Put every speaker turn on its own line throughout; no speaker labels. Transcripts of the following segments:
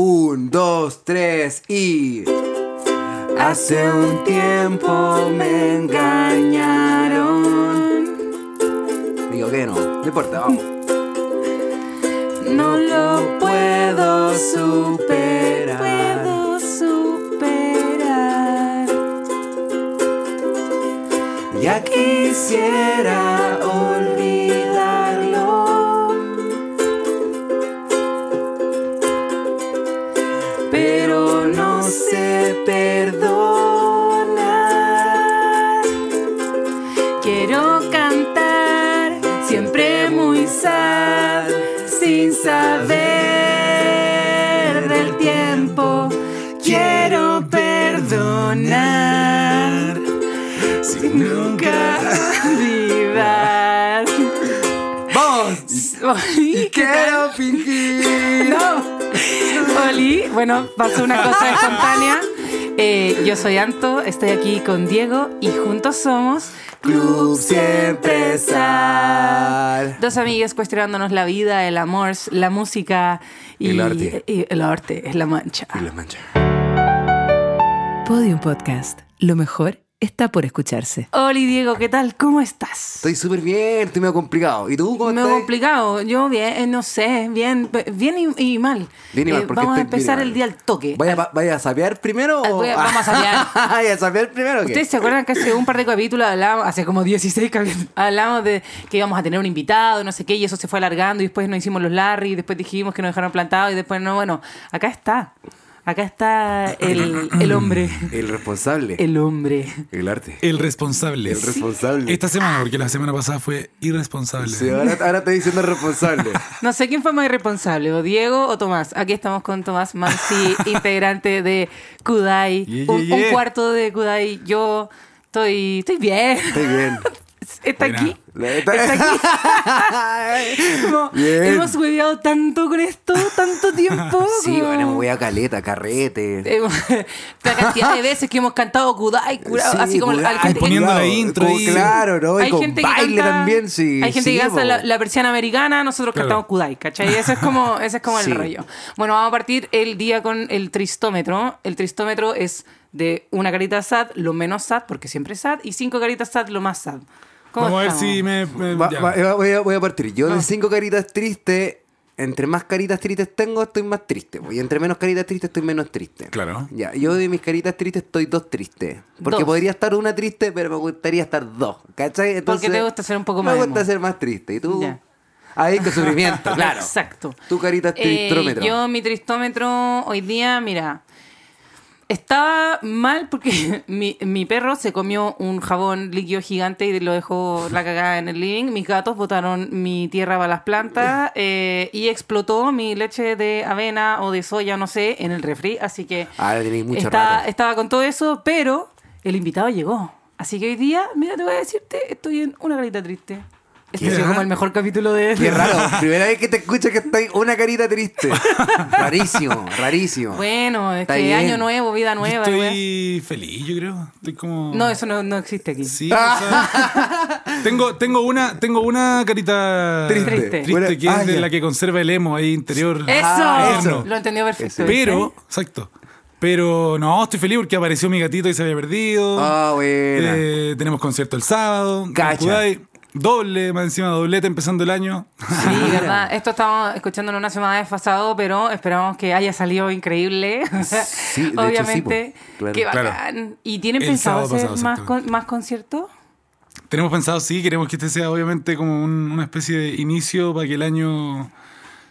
Un, dos, tres y... Hace un tiempo me engañaron. Digo que no, no importa, vamos.
No lo puedo
superar.
Puedo superar.
Ya quisiera olvidarlo,
Pero no
se perdona.
quiero cantar. Siempre muy sad. Sin saber del tiempo. Quiero perdonar.
Sin
Nunca olvidar.
¡Vamos!
Oli, ¿qué
Quiero
tal?
fingir.
No. Oli, bueno, pasó una cosa espontánea. Eh, yo soy Anto, estoy aquí con Diego y juntos somos
Club Siempre Sal.
Dos amigos cuestionándonos la vida, el amor, la música y
El arte.
y el arte, es la mancha.
Y la mancha.
Podium Podcast. Lo mejor está por escucharse.
Oli, Diego, ¿qué tal? ¿Cómo estás?
Estoy súper bien, estoy medio complicado. ¿Y tú cómo
Me
estás?
complicado, yo bien, eh, no sé, bien, pe- bien y, y mal.
Bien y mal,
Eh,
porque
vamos
estoy bien y
a empezar
mal.
el día al toque.
¿Vaya, pa- ¿Vaya a sapear primero? o-
Voy a- vamos a sapear.
¿Vaya a sapear primero? o qué?
¿Ustedes se acuerdan que hace un par de capítulos hablábamos, hace como 16 capítulos, hablábamos de que íbamos a tener un invitado, no sé qué, y eso se fue alargando, y después nos hicimos los Larry, y después dijimos que nos dejaron plantados, y después no, bueno, acá está. Acá está el, el hombre.
El responsable. El,
El hombre.
arte.
El responsable.
El responsable.
Esta semana, porque la semana pasada fue irresponsable.
Sí, ahora, ahora estoy diciendo responsable.
No sé quién fue más irresponsable, o Diego o Tomás. Aquí estamos con Tomás Mansi, integrante de Kudai.
Yeah, yeah,
un, un
yeah.
cuarto de Kudai. Yo estoy, estoy bien.
Estoy bien.
Está
Buena.
aquí.
Está-
Está aquí. Como,
Bien.
Hemos hueveado tanto con esto, tanto tiempo.
Sí,
como-
bueno, me voy a caleta, carrete.
Hemos- La cantidad de veces que hemos cantado Kudai, curado,
Sí,
así como al-
curado,
al gente que-
Poniendo la
curado.
intro
Como-
y-
Claro, ¿no? Y
hay
con
gente que
baile
canta-
también, sí.
Hay gente
sí,
que canta
po.
la, la persiana americana, nosotros
Claro.
cantamos Kudai, ¿cachai? Ese es como, ese es como
Sí.
el rollo. Bueno, vamos a partir el día con el tristómetro. El tristómetro es de una carita sad, lo menos sad, porque siempre es sad, y cinco caritas sad, lo más sad. ¿Cómo
Vamos a ver
estamos?
si me. me-
Va-
ya.
va- eh. va- voy, a, voy a partir. Yo de cinco caritas tristes, entre más caritas tristes tengo, estoy más triste. po. Y entre menos caritas tristes, estoy menos triste.
Claro.
Ya, yo de mis caritas tristes estoy dos tristes. Porque
Dos.
podría estar una triste, pero me gustaría estar dos. ¿Cachai?
Porque te gusta ser un poco más
Me
emo.
gusta ser más triste. ¿Y tú?
Ya.
Ahí que sufrimiento, claro.
Exacto.
Tu carita
Eh,
tristómetro.
yo, mi tristómetro, hoy día, mira, estaba mal porque mi, mi perro se comió un jabón líquido gigante y lo dejó la cagada en el living. Mis gatos botaron mi tierra para las plantas eh, y explotó mi leche de avena o de soya, no sé, en el refri. Así que
Ahora Ah, tenéis mucho
estaba,
rato.
estaba con todo eso, pero el invitado llegó. Así que hoy día, mira, te voy a decirte, estoy en una carita triste. Este ha
Qué
sido
raro.
como el mejor capítulo de
Qué raro, primera vez que te escucho que estoy una carita triste. rarísimo, rarísimo.
Bueno, es
Ah. Está
que
bien.
año nuevo, vida
Yo
nueva. güey.
estoy feliz, yo creo. Estoy como.
No, eso no, no existe aquí.
Sí, o sea, tengo, tengo, una, tengo una carita
Triste. Buena-
que es
Ah,
de
ya.
la que conserva el emo ahí interior.
Eso,
Ah, eso.
lo entendió perfecto. ¿viste?
Pero, exacto. Pero no, estoy feliz porque apareció mi gatito y se había perdido.
Ah, buena.
Eh, tenemos concierto el sábado.
Cacha.
Kudai, Doble, más encima doblete empezando el año.
Sí, verdad. Esto estábamos escuchándolo una semana desfasado, pero esperamos que haya salido increíble.
Sí, de hecho,
Obviamente.
sí, po. Claro.
Qué
Claro.
bacán. ¿Y tienen
El
pensado
sábado
hacer
pasado,
más,
exactamente.
con- más conciertos?
Tenemos pensado, sí, queremos que este sea obviamente como un- una especie de inicio para que el año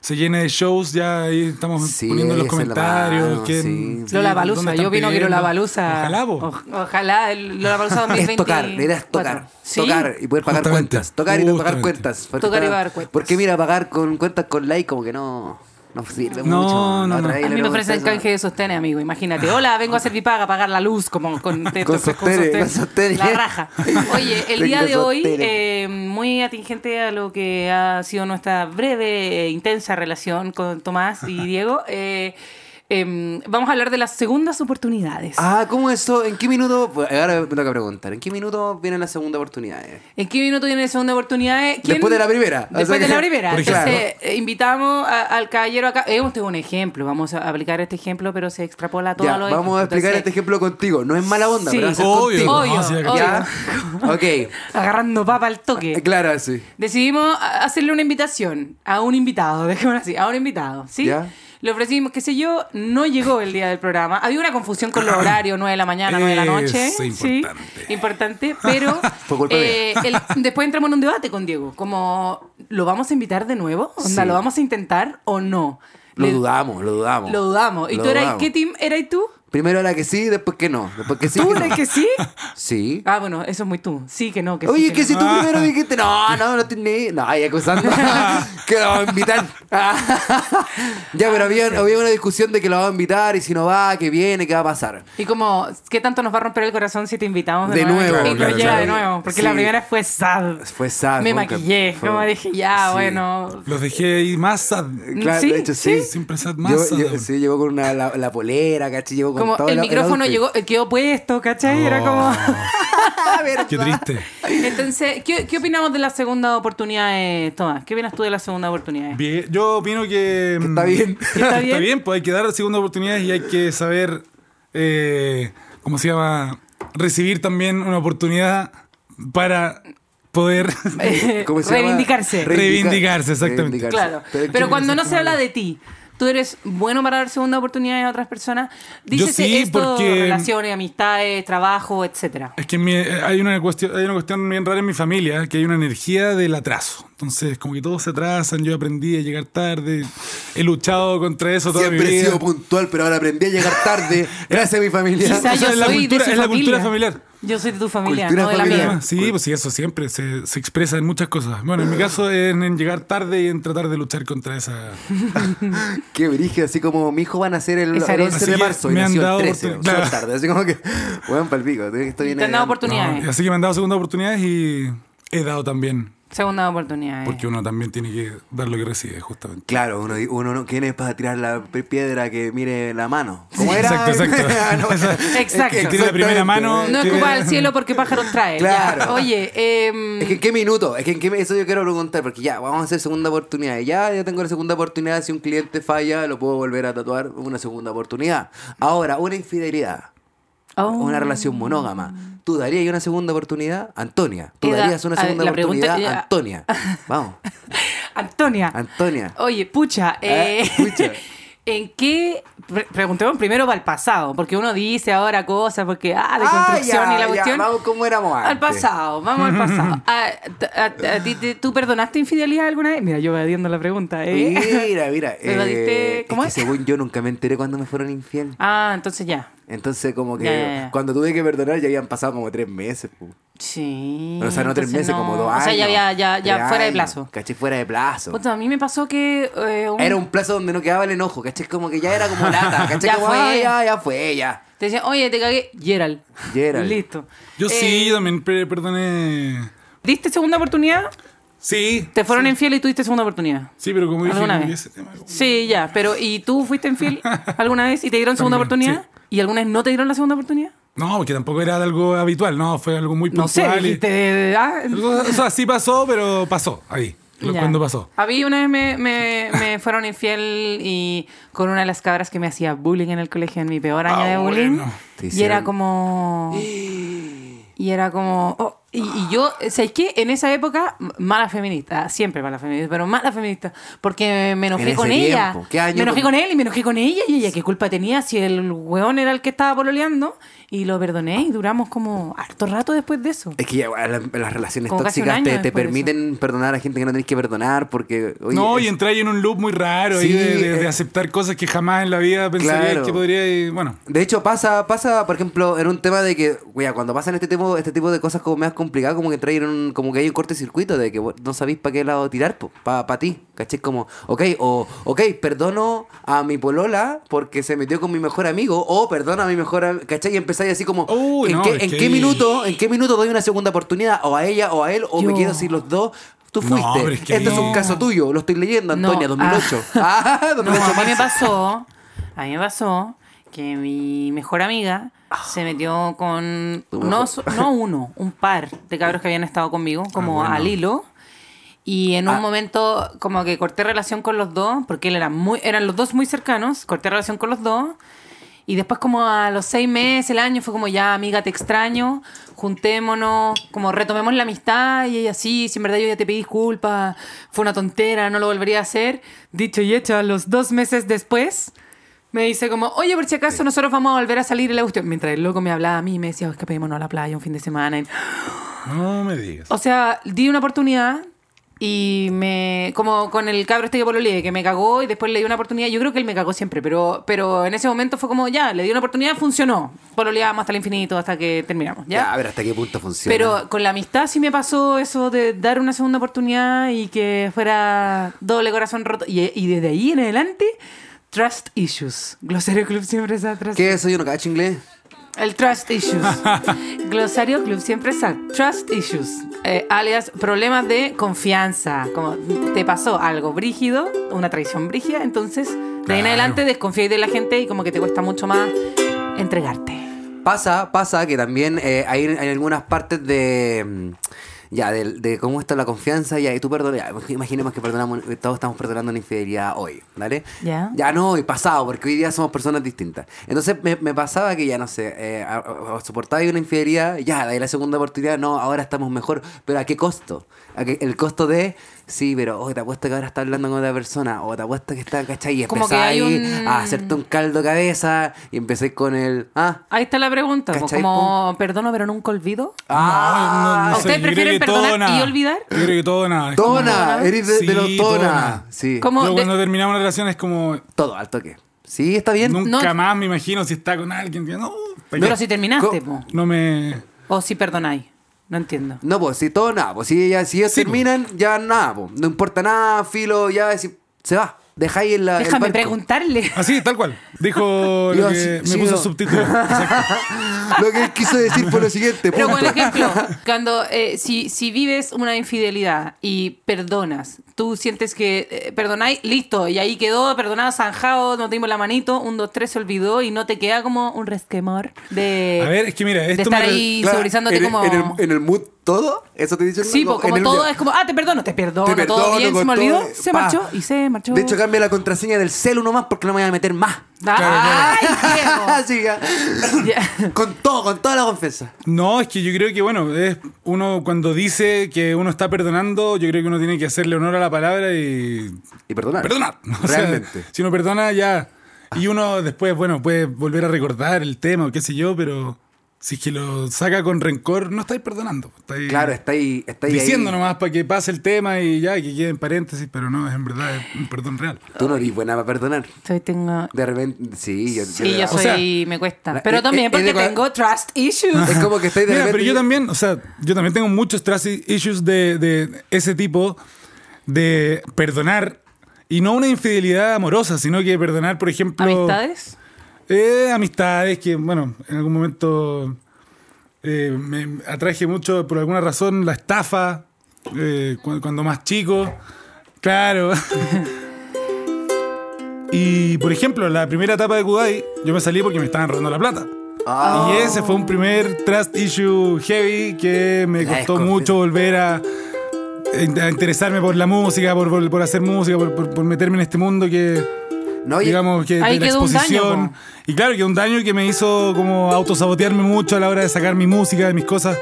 se llene de shows. Ya ahí estamos
Sí,
poniendo en los
esa es la
comentarios.
mano,
que,
sí.
Lola
¿dónde
Palusa,
están
yo opino que
pidiendo?
Lola Palusa.
Ojalá, po.
Ojalá, el Lola Palusa 2020.
Es tocar, la idea es tocar.
Sí.
Tocar y poder pagar
Justamente.
cuentas. Tocar y no pagar
Justamente.
cuentas. Porque
Tocar y
para-
pagar cuentas.
Porque mira, pagar con cuentas con like como que no, no sirve
No,
mucho.
no,
La otra
no.
vez le
A mí me
pregunté
ofrecen
eso.
canje de sostén, amigo, imagínate. Hola, vengo a hacer mi paga, a pagar la luz, como con, te-
Con sostén, con sostén.
La raja. Oye, el
Tengo
día de hoy,
sostén.
eh, muy atingente a lo que ha sido nuestra breve e intensa relación con Tomás y Diego, eh, Em, vamos a hablar de las segundas oportunidades.
Ah, ¿cómo eso? ¿En qué minuto? Pues Ahora me toca preguntar. ¿En qué minuto viene la segunda oportunidad? eh?
¿En qué minuto tiene la segunda oportunidad? Eh, ¿Quién-
Después de la primera. O
Después
sea
de
que-
la primera.
por
Entonces,
ejemplo.
eh, invitamos a- al caballero acá. Eh, este es un ejemplo. Vamos a aplicar este ejemplo, pero se extrapola a todo
Ya,
lo
vamos a explicar este ejemplo contigo. No es mala onda,
Sí.
pero va a ser
Obvio,
contigo.
no,
Obvio,
así de-
obvio.
¿Ya? ok.
Agarrando papa al toque.
Eh, Claro, sí.
Decidimos a- hacerle una invitación a un invitado, dejémoslo así, a un invitado, ¿sí?
Ya.
Le ofrecimos, qué sé yo, no llegó el día del programa. Había una confusión con los horarios, 9 de la mañana, 9 de la noche.
Eso,
¿sí?
importante.
Importante, pero
Fue culpa
eh, el- después entramos en un debate con Diego, como, ¿lo vamos a invitar de nuevo? Onda,
Sí.
¿Lo vamos a intentar o no?
Lo
Le-
dudamos, lo dudamos.
Lo dudamos. ¿Y
Lo
tú eras,
dudamos.
qué team eras tú?
Primero era que sí, después que no. Después que sí.
¿Tú
que no.
eras que sí?
Sí.
Ah, bueno, eso es muy tú. Sí, que no, que sí,
Oye, que
no. Ah.
si tú primero dijiste, no, no, no tenés. No, ahí acusando. que lo vamos a invitar. ya,
Ah,
pero había, había una discusión de que lo vamos a invitar y si no va, que viene, qué va a pasar.
Y como, ¿qué tanto nos va a romper el corazón si te invitamos de,
De nuevo,
Y no
claro,
llega
claro.
de nuevo, porque la
Sí.
primera fue sad.
Fue sad,
Me
fue un cap-
maquillé,
fue-
como dije, ya,
Sí.
bueno.
Los dejé ahí más sad.
Claro,
Sí,
de hecho, sí.
sí. Siempre sad
Yo-
masa,
yo-
weón.
Sí, llegó con una, la, la polera, ¿cachai? Llegó con
Como
todo
el
la-
micrófono
outfit.
llegó, eh, quedó puesto, ¿cachai? Era como...
Oh,
Ah,
Qué triste.
Oh.
Entonces, ¿qué, qué opinamos de la segunda oportunidad, eh, Tomás? ¿Qué opinas tú de la segunda oportunidad?
Bien, Yo opino que.
Que está bien.
¿Que está bien?
Está bien, pues hay que dar segunda oportunidad y hay que saber, eh, ¿cómo se llama? Recibir también una oportunidad para poder...
Eh,
¿Cómo se llama?
reivindicarse.
Reivindica-
Reivindicarse, exactamente.
reivindicarse.
Claro. Pero,
¿quién
cuando
es
no
ese
se habla de ti, tú eres bueno para dar segunda oportunidad a otras personas.
Yo
Dícese
sí,
esto,
porque-
relaciones, amistades, trabajo, etcétera.
Es que en mi- eh, hay, una cuestión, hay una cuestión bien rara en mi familia, que hay una energía del atraso. Entonces, como que todos se atrasan, yo aprendí a llegar tarde, he luchado contra eso toda mi
Siempre he
vida.
sido puntual, pero ahora aprendí a llegar tarde. Gracias a mi familia.
Quizá
O sea,
yo
es la
soy
cultura-
de su
es la
familia.
cultura familiar.
Yo soy de tu familia,
Cultura
no de
familiar.
la
Ah,
mía.
Sí, pues sí, eso siempre se, se expresa en muchas cosas. Bueno, en mi caso es en llegar tarde y en tratar de luchar contra esa...
Qué brígido, así como mi hijo va a nacer el,
Esa
el
herencia.
11 de
Así que
marzo y
me han
nació
dado
el 13.
oportun-
súper
claro.
tarde. Así como que, weón, palpico. Esto viene
Te han dado
de-
oportunidades.
No, así que me han dado segundas oportunidades y he dado también.
Segunda oportunidad. eh.
Porque uno también tiene que dar lo que recibe, justamente.
Claro, uno, uno no- ¿quién es para tirar la pe- piedra que mire la mano? ¿Cómo
Sí,
era? Ah,
exacto, exacto.
No, es que-
Exacto.
Que tiene la primera mano.
No
que-
escupa al cielo porque pájaros trae. ya.
Claro.
Oye, em,
Es que en qué minuto, es que en qué eso yo quiero preguntar, porque ya, vamos a hacer segunda oportunidad. Y Ya, ya tengo la segunda oportunidad, si un cliente falla, lo puedo volver a tatuar una segunda oportunidad. Ahora, una infidelidad,
oh.
una relación monógama. ¿Tú darías una segunda oportunidad? Antonia, ¿tú
Eda-
darías una
a ver,
segunda
la pregunta- eh,
oportunidad?
ya-
Antonia, vamos,
Antonia.
Antonia.
Oye, pucha.
Eh,
Eh,
pucha.
¿En qué? Pre- preguntemos primero para el pasado, porque uno dice ahora cosas, porque, ah, de
Ah,
construcción
ya,
y la
ya,
cuestión.
vamos como éramos antes.
Al pasado, vamos al pasado. Ah, A- a- a- a ti te- ¿Tú perdonaste infidelidad alguna vez? Mira, yo evadiendo la pregunta. ¿eh?
Mira, mira.
Me lo diste-
eh,
¿cómo
que
es?
según yo nunca me enteré cuando me fueron infiel.
Ah, entonces ya.
Entonces, como que
Ya, ya, ya.
cuando tuve que perdonar ya habían pasado como tres meses. pu.
Sí.
o sea, no tres
entonces
meses,
no.
como dos
O
años.
sea, ya, ya, ya, ya
tres
fuera de
años.
plazo.
Caché, fuera de plazo.
Puta, a mí me pasó que. eh, un-
Era un plazo donde no quedaba el enojo, caché, como que ya era como lata, caché,
Ya
como,
fue.
"Ah, ya, ya fue, ya.
Te decían, oye, te cagué, Gerald.
Gerald.
Listo.
Yo
Eh,
sí, yo también pe- perdoné.
¿Diste segunda oportunidad?
Sí.
Te fueron infiel y tuviste segunda oportunidad.
Sí, pero como dije,
¿Alguna
como
vez?
que ese tema-
Sí, ya. Pero, ¿y tú fuiste infiel alguna vez y te dieron segunda
También,
oportunidad? ¿Y alguna vez no te dieron la segunda oportunidad?
No, porque tampoco era algo habitual, no, fue algo muy
No sé,
puntual. y-
dijiste. eh, ah,
O sea, sí pasó, pero pasó, ahí, lo-
Ya.
cuando pasó.
A mí una vez me, me- me fueron infiel y con una de las cabras que me hacía bullying en el colegio en mi peor año
Ah,
de bullying.
bueno.
Te
Y era
hicieron-
como... Y era como... oh, y, y yo, ¿sabes qué? En esa época, m- mala feminista, siempre mala feminista, pero mala feminista, porque me
En
enojé
ese
con ella.
tiempo, ¿qué año
Me enojé
con-
con él y me enojé con ella y ella, ¿qué culpa tenía si el weón era el que estaba pololeando? Y lo perdoné y duramos como harto rato después de eso.
Es que ya, bueno, la- las relaciones
Como casi un
tóxicas te,
año
te
después de
permiten perdonar a gente que no tenés que perdonar porque... oye,
no,
es-
y entré ahí en un loop muy raro ahí
Sí,
de, de- de
eh.
aceptar cosas que jamás en la vida pensaría
Claro.
que podría. y bueno,
De hecho, pasa, pasa, por ejemplo, en un tema de que, wea, cuando pasan este tipo, este tipo de cosas como más complicadas, como que traen un, como que hay un cortocircuito de que vos no sabéis para qué lado tirar, para ti, ¿cachai? Como, ok, o, ok, perdono a mi polola porque se metió con mi mejor amigo, o perdono a mi mejor, am- ¿cachai? Y empezáis así como,
Uy,
¿en,
no,
qué,
es
en
que
qué
ahí-
minuto, en qué minuto doy una segunda oportunidad? O a ella, o a él, o me
Yo-
quedo sin los dos. Tú
No,
fuiste.
pero es que
Esto es
ahí-
un caso tuyo, lo estoy leyendo,
No,
Antonia,
ah.
2008. Ah,
No,
2008
a mí me
marzo.
pasó. A mí me pasó que mi mejor amiga se metió con
Tu
no,
mejor-
so- no uno, un par de cabros que habían estado conmigo, como
Ah, bueno.
al hilo. Y en un
Ah.
momento como que corté relación con los dos, porque él era muy, eran los dos muy cercanos, corté relación con los dos. Y después como a los seis meses, el año, fue como ya, amiga, te extraño, juntémonos, como retomemos la amistad y ella sí, si en verdad yo ya te pedí disculpas, fue una tontera, no lo volvería a hacer. Dicho y hecho, a los dos meses después, me dice como, oye, por si acaso nosotros vamos a volver a salir y le gustó. Mientras el loco me hablaba a mí, me decía, "Oh, es que pedímonos a la playa un fin de semana. Y-
No me digas.
o sea, di una oportunidad y me. Como con el cabro este que pololeé, que me cagó y después le di una oportunidad. Yo creo que él me cagó siempre, pero, pero en ese momento fue como ya, le di una oportunidad, funcionó. Pololeamos hasta el infinito, hasta que terminamos, ¿ya?
a ver hasta qué punto funciona.
Pero con la amistad sí me pasó eso de dar una segunda oportunidad y que fuera doble corazón roto. Y, y desde ahí en adelante, trust issues. Glosario Club siempre está trust
¿Qué es eso? Yo no cacho inglés.
el Trust Issues. Glosario Club siempre está. Trust Issues. eh, alias, problemas de confianza. Como te pasó algo brígido, una traición brígida, entonces de ahí en
Claro.
adelante desconfiáis de la gente y como que te cuesta mucho más entregarte.
Pasa, pasa que también eh, hay, hay algunas partes de. mm, Ya, de, de cómo está la confianza, ya, y tú perdonas. ya, Imaginemos que perdonamos, que todos estamos perdonando una infidelidad hoy, ¿vale?
Ya.
Ya no, y pasado, porque hoy día somos personas distintas. Entonces me, me pasaba que ya, no sé, eh, a- a- a- soportaba una infidelidad, ya, de ahí la segunda oportunidad, no, ahora estamos mejor, pero ¿a qué costo? ¿A qué- el costo de, sí, pero oh, te apuesto que ahora está hablando con otra persona, o te apuesto que está, ¿cachai? Y
Como que
empezáis
hay un-
a hacerte un caldo de cabeza, y empecéis con el, ah,
Ahí está la pregunta. pues,
¿Cachai,
Como perdono pero nunca olvido.
Ah,
¿A ustedes
yo creo
prefieren
que todo
perdonar
nada.
y olvidar?
Yo creo que todo nada. Es
Tona,
como-
eres de, de los
Sí,
Tona.
tona.
Sí.
¿Cómo?
como- Yo
de-
cuando terminamos una relación es como.
Todo al toque. Sí, está bien.
Nunca
No.
más me imagino si está con alguien. que No, pa'
Pero
qué.
si terminaste,
Co-
po.
no me.
o si perdonáis. No entiendo.
No, pues si todo nada, pues si, ya, si ellos
Sí, pues.
terminan, ya nada, pues. No importa nada, filo, ya si- se va. Dejáis en la. el
Déjame
barco.
preguntarle.
Así, tal cual. Dijo lo
Yo
que
sí-
me
sigo.
puso subtítulo. Exacto.
Lo que él quiso decir fue lo siguiente.
Pero por
punto.
ejemplo, cuando eh, si, si vives una infidelidad y perdonas, tú sientes que eh, perdonáis, listo, y ahí quedó, perdonado, zanjado, no dimos la manito, un, dos, tres, se olvidó y no te queda como un resquemor de,
A ver, es que mira,
de
esto
estar
me re-
ahí
Claro,
sobrizándote
en el-
como...
En el, en el mood todo, eso te he dicho.
sí,
No,
po, como
en el-
todo es como, ah, te perdono, te perdono,
Te perdono
todo bien, se
con
me
todo,
olvidó,
eh,
se
pa.
marchó y se marchó.
De hecho, cambia la contraseña del celu nomás porque no me voy a meter más.
Ah, ¡Ay,
Así ya.
Diego! Ya.
Con todo, con toda la confianza.
No, es que yo creo que, bueno, es uno cuando dice que uno está perdonando, yo creo que uno tiene que hacerle honor a la palabra y
Y perdonar.
perdonar. O sea,
Realmente.
si uno perdona, ya. Y uno después, bueno, puede volver a recordar el tema o qué sé yo, pero si es que lo saca con rencor, no estáis perdonando. Estáis
Claro, está ahí. Está ahí
diciendo
ahí.
nomás para que pase el tema y ya, que quede en paréntesis, pero no, es en verdad es un perdón real.
Tú no eres buena para perdonar.
Soy- tengo...
De repente, sí, yo,
Sí, yo
O
soy...
sea,
me
la-
cuesta. Pero
eh, eh,
también
es de
porque
cua-
tengo trust issues.
Es como que estáis de
Mira,
repente-
pero yo también, o sea, yo también tengo muchos trust issues de, de ese tipo de perdonar. Y no una infidelidad amorosa, sino que perdonar, por ejemplo.
¿Amistades?
Eh, amistades que, bueno, en algún momento eh, me atraje mucho, por alguna razón, la estafa, eh, cu- cuando más chico. Claro. y, por ejemplo, la primera etapa de Kudai, yo me salí porque me estaban robando la plata.
Ah.
Y ese fue un primer trust issue heavy que me
La
costó
desconfianza.
mucho volver a, a interesarme por la música, por, por- por hacer música, por- por- por meterme en este mundo que
No, y-
digamos que
ahí
de la
quedó un daño,
exposición.
po.
y claro, que un daño que me hizo como autosabotearme mucho a la hora de sacar mi música, de mis cosas,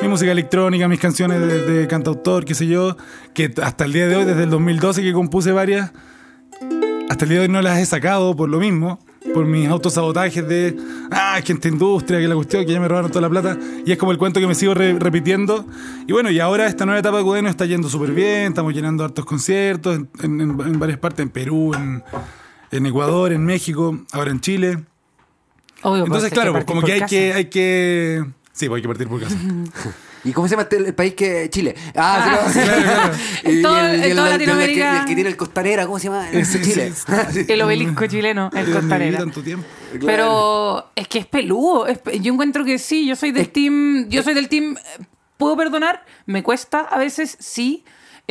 mi música electrónica, mis canciones de, de cantautor, qué sé yo, que t- hasta el día de hoy, desde el 2012 que compuse varias, hasta el día de hoy no las he sacado por lo mismo. Por mis autosabotajes de, ah, es que esta industria, que la cuestión, que ya me robaron toda la plata. Y es como el cuento que me sigo re- repitiendo. Y bueno, y ahora esta nueva etapa de Cudeno está yendo súper bien, estamos llenando hartos conciertos en, en- en varias partes, en Perú, en, en Ecuador, en México, ahora en Chile.
Obvio,
Entonces,
pues, hay
claro,
partir
como
por
que hay,
casa.
que hay que. Sí, pues hay que partir por casa.
¿Y cómo se llama este- el país que Chile? Ah, sí, claro.
claro.
Y-
En todo-
y el- y el- el-
en toda
el- el-
Latinoamérica.
El, que tiene el costanera, ¿cómo se llama?
Eh, sí,
Chile.
sí, sí.
El obelisco chileno, el
Dios, Eh, me viví
costanera.
tanto tiempo.
Pero es que es peludo. es pe- yo encuentro que sí, yo soy del team. Yo soy del team. eh, Puedo perdonar, me cuesta a veces, sí.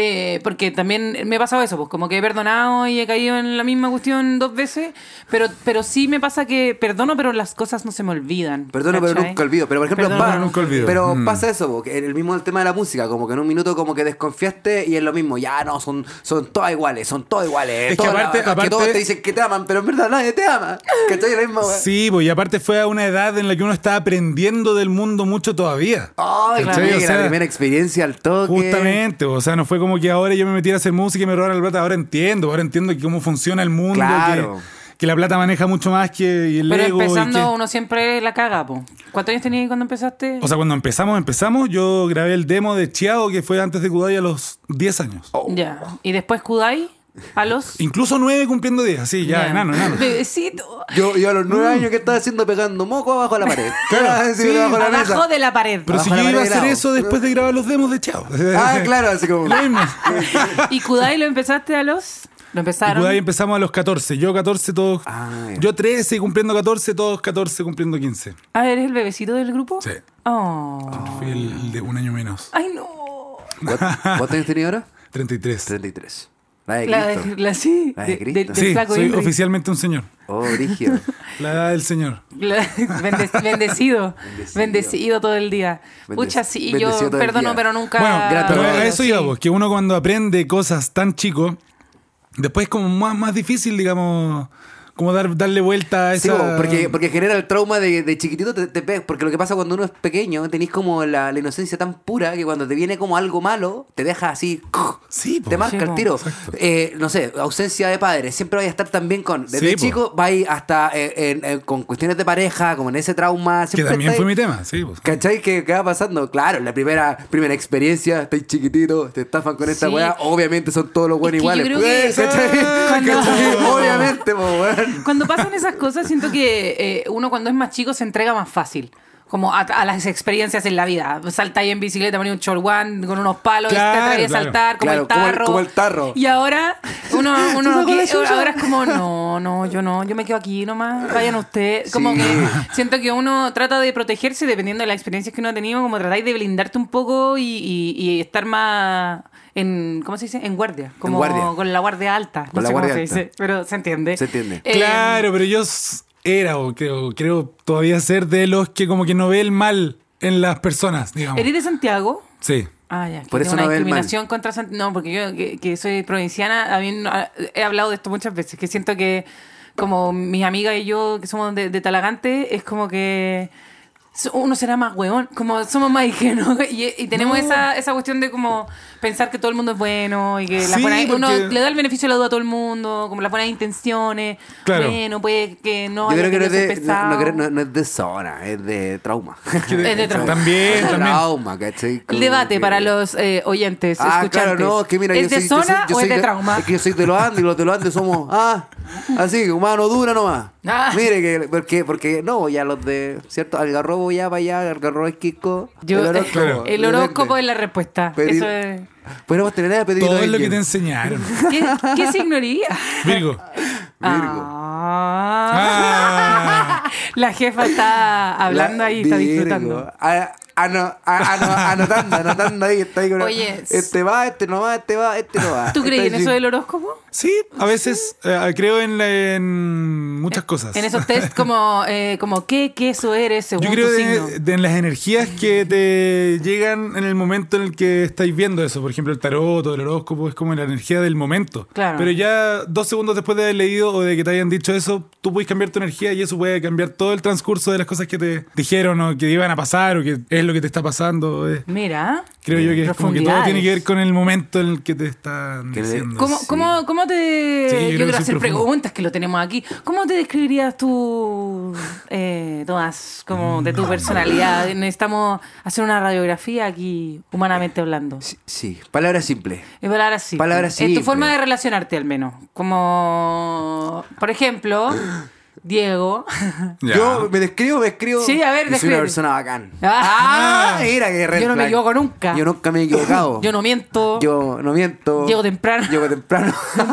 eh, porque también me ha pasado eso, pues como que he perdonado y he caído en la misma cuestión dos veces, pero, pero sí me pasa que perdono, pero las cosas no se me olvidan.
Perdono, pero
¿cachai?
nunca olvido. Pero por ejemplo,
Perdono,
pa-
pero
nunca olvido.
Pero
Mm.
pasa eso, porque el mismo el tema de la música, como que en un minuto como que desconfiaste y es lo mismo. Ya no, son, son todas iguales, son todas iguales.
Es que
todas las-
aparte-
que
aparte-
todos te dicen que te aman, pero en verdad nadie te ama. Que estoy la misma weá.
Sí, pues, y aparte fue a una edad en la que uno está aprendiendo del mundo mucho todavía.
Ah,
Ay,
¿Cachai?
amiga,
O sea,
la primera experiencia al toque.
Justamente, o sea, no fue como que ahora yo me metiera a hacer música y me robaran la plata. Ahora entiendo, ahora entiendo que cómo funciona el mundo,
Claro.
que, que la plata maneja mucho más que y el
Pero
ego. y
empezando
que-
uno siempre la caga, po. ¿Cuántos años tenías cuando empezaste?
O sea, cuando empezamos, empezamos, yo grabé el demo de Chiao, que fue antes de Kudai a los 10 años.
ya. Y después Kudai a los...
Incluso 9 cumpliendo 10, sí, ya, enano, enano.
Bebecito.
Yo, yo a los nueve años que estaba haciendo pegando moco abajo de la pared.
Mm. Claro,
Sí,
sí.
abajo de la mesa.
Abajo de la pared.
Pero
Abajo la
si yo iba a
bandera,
hacer
o-
eso después de grabar los demos de Chiao.
Ah, claro, así como.
Lo mismo.
¿Y Kudai lo empezaste a los...? Lo
Y
empezaron.
Kudai pues empezamos a los 14. Yo 14, todos.
Ah, ya.
yo 13 cumpliendo 14, todos 14 cumpliendo 15.
Ah, ¿eres el bebecito del grupo?
Sí.
Oh.
Fui el, el de un año menos.
Ay, no.
¿Cuánto- ¿Cuántos años tenía ahora?
33.
33. La de
La,
Cristo.
la sí.
La de
de-
Cristo.
del
Sí,
flaco
soy
Henry.
oficialmente un señor.
Oh, brígido.
La edad del señor.
La- bende- bendecido,
Bendecido.
bendecido todo el día.
Bendec-
Pucha, sí,
bendecido
yo
todo el
perdono,
día.
pero nunca.
Bueno, pero
grato.
a eso
sí.
íbamos, que uno cuando aprende cosas tan chico, después es como más, más difícil, digamos, como dar, darle vuelta a
Sí,
esa...
bo, porque, porque genera el trauma de, de chiquitito te, te pe- Porque lo que pasa cuando uno es pequeño, tenés como la, la inocencia tan pura que cuando te viene como algo malo, te deja así.
Sí, po.
Te marca
Sí,
el
po.
tiro. Eh, no sé, ausencia de padres. Siempre vais a estar también con. Desde
Sí, po.
chico vais hasta eh, en- en- con cuestiones de pareja, como en ese trauma.
que
siempre
también
estáis-
fue mi tema, sí. pues.
¿Cachai? ¿Qué, qué va pasando? Claro, la primera, primera experiencia, estáis chiquititos, te estafan con esta
Sí.
weá. Obviamente son todos los buenos
Es que yo
iguales.
creo
pues,
que-
¿Cachai?
Cuando-
¿Cachai? Obviamente, po, weón.
Cuando pasan esas cosas, siento que eh, uno cuando es más chico se entrega más fácil. Como a, a las experiencias en la vida. Saltáis en bicicleta, ponéis un chorguán con unos palos,
Claro,
te atreves a
claro.
saltar como,
Claro,
el
como el-
tarro.
como el tarro.
Y ahora uno, uno
sacó la
que-
chucha.
ahora es como, no, no, yo no, yo me quedo aquí nomás, vayan ustedes. Como
Sí.
que siento que uno trata de protegerse dependiendo de las experiencias que uno ha tenido, como tratáis de blindarte un poco y, y- y estar más en, ¿cómo se dice? En guardia. Como
guardia.
con la guardia alta. No
Con la
sé cómo
guardia
se
alta.
dice, pero se entiende.
Se entiende.
Eh,
claro, pero yo s- era, o creo, creo todavía ser de los que como que no ve el mal en las personas, digamos.
¿Eres de Santiago?
Sí.
Ah, ya. que
Por
tengo
eso
una
no ve el
discriminación contra Santiago. No, porque yo que, que soy provinciana, a mí no- a- he hablado de esto muchas veces, que siento que como mis amigas y yo, que somos de, de Talagante, es como que so- uno será más hueón, como somos más ingenuos y, y tenemos esa, esa cuestión de como pensar que todo el mundo es bueno y que las
Sí,
buenas- uno
porque-
le da el beneficio de la duda a todo el mundo, como las buenas intenciones,
Claro.
bueno, puede que no
Yo
haya
creo que no es,
querido
de,
ser
no, no creo-
pesado.
no- no es de zona, es de trauma.
Es de trauma.
También, también.
Trauma, ¿cachai?
El
Como
debate
que-
para los eh, oyentes,
Ah,
escuchantes.
claro, no, es que mira, yo
¿Es de
soy- yo soy-
zona
yo
o
soy
es de
de-
trauma?
Es que yo soy de los Andes y los de los Andes somos, ah, así, humano dura nomás.
Ah.
Mire, que, porque, porque no, ya los de, ¿cierto? Algarrobo ya, vaya, Algarrobo es Kiko.
Yo- eh,
el horóscopo.
el horóscopo es la respuesta.
Pedir-
Eso es-
Podríamos tener a pedir
Todo es lo que te enseñaron.
¿Qué, qué signo eres?
Virgo.
Virgo.
Ah.
Ah,
La jefa está hablando
La-
ahí, está
Virgo.
disfrutando.
Ah, ano- ah, ano- anotando, anotando ahí, está ahí con
Oye,
Este va, este no va, este va, este no va.
¿Tú crees en
Está
eso
así.
del horóscopo?
sí, a veces eh, creo en, la- en muchas cosas.
En esos test como, eh, como ¿qué queso eres según
Yo creo
tu
de-
signo?
de, en las energías que te llegan en el momento en el que estáis viendo eso. Por ejemplo, el tarot o el horóscopo es como la energía del momento.
Claro.
Pero ya dos segundos después de haber leído o de que te hayan dicho eso, tú puedes cambiar tu energía y eso puede cambiar todo el transcurso de las cosas que te dijeron o que iban a pasar o que es lo que te está pasando. eh.
Mira.
Creo yo que es como que todo
Profundidades.
tiene que ver con el momento en el que te están
Que-
diciendo.
¿Cómo,
Sí.
cómo, cómo te.?
Sí,
yo
yo creo que
quiero
soy
hacer
profundo.
preguntas que lo tenemos aquí. ¿Cómo te describirías tú, eh, todas, como de tu
Mm.
personalidad? Necesitamos hacer una radiografía aquí, humanamente hablando.
Sí, sí, palabra simple.
Es palabras simples.
Palabras
Es tu
simples.
forma de relacionarte, al menos. Como. Por ejemplo, Diego.
Ya.
Yo me describo, me describo.
Sí, a ver,
Yo soy
descríbete.
una persona bacán.
Ah.
mira que red
Yo no me
flag.
equivoco nunca.
Yo nunca me he equivocado.
Yo no miento.
Yo no miento.
Llego temprano.
Llego temprano.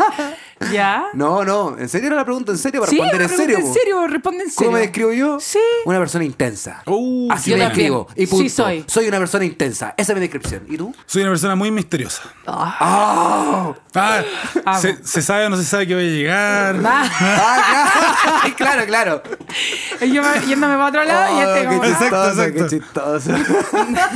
¿Ya?
No, no, en serio era la pregunta, en serio, para
Sí,
responder
me
en serio.
pregunta en
po.
serio, responde en serio.
¿Cómo me describo yo?
Sí.
Una persona intensa.
Uh,
Así
yo
me
también.
describo. Y
Ah, Sí
punto.
soy.
una persona intensa. Esa es mi descripción. ¿Y tú?
Soy una persona muy misteriosa.
¡Oh!
Ah,
Amo.
se, se sabe o no se sabe que voy a llegar.
Ah,
Ah, ¡Oh! claro, claro.
yo me- yéndome para otro lado y este como...
Oh, qué
Exacto,
chistoso,
exacto.
qué chistoso.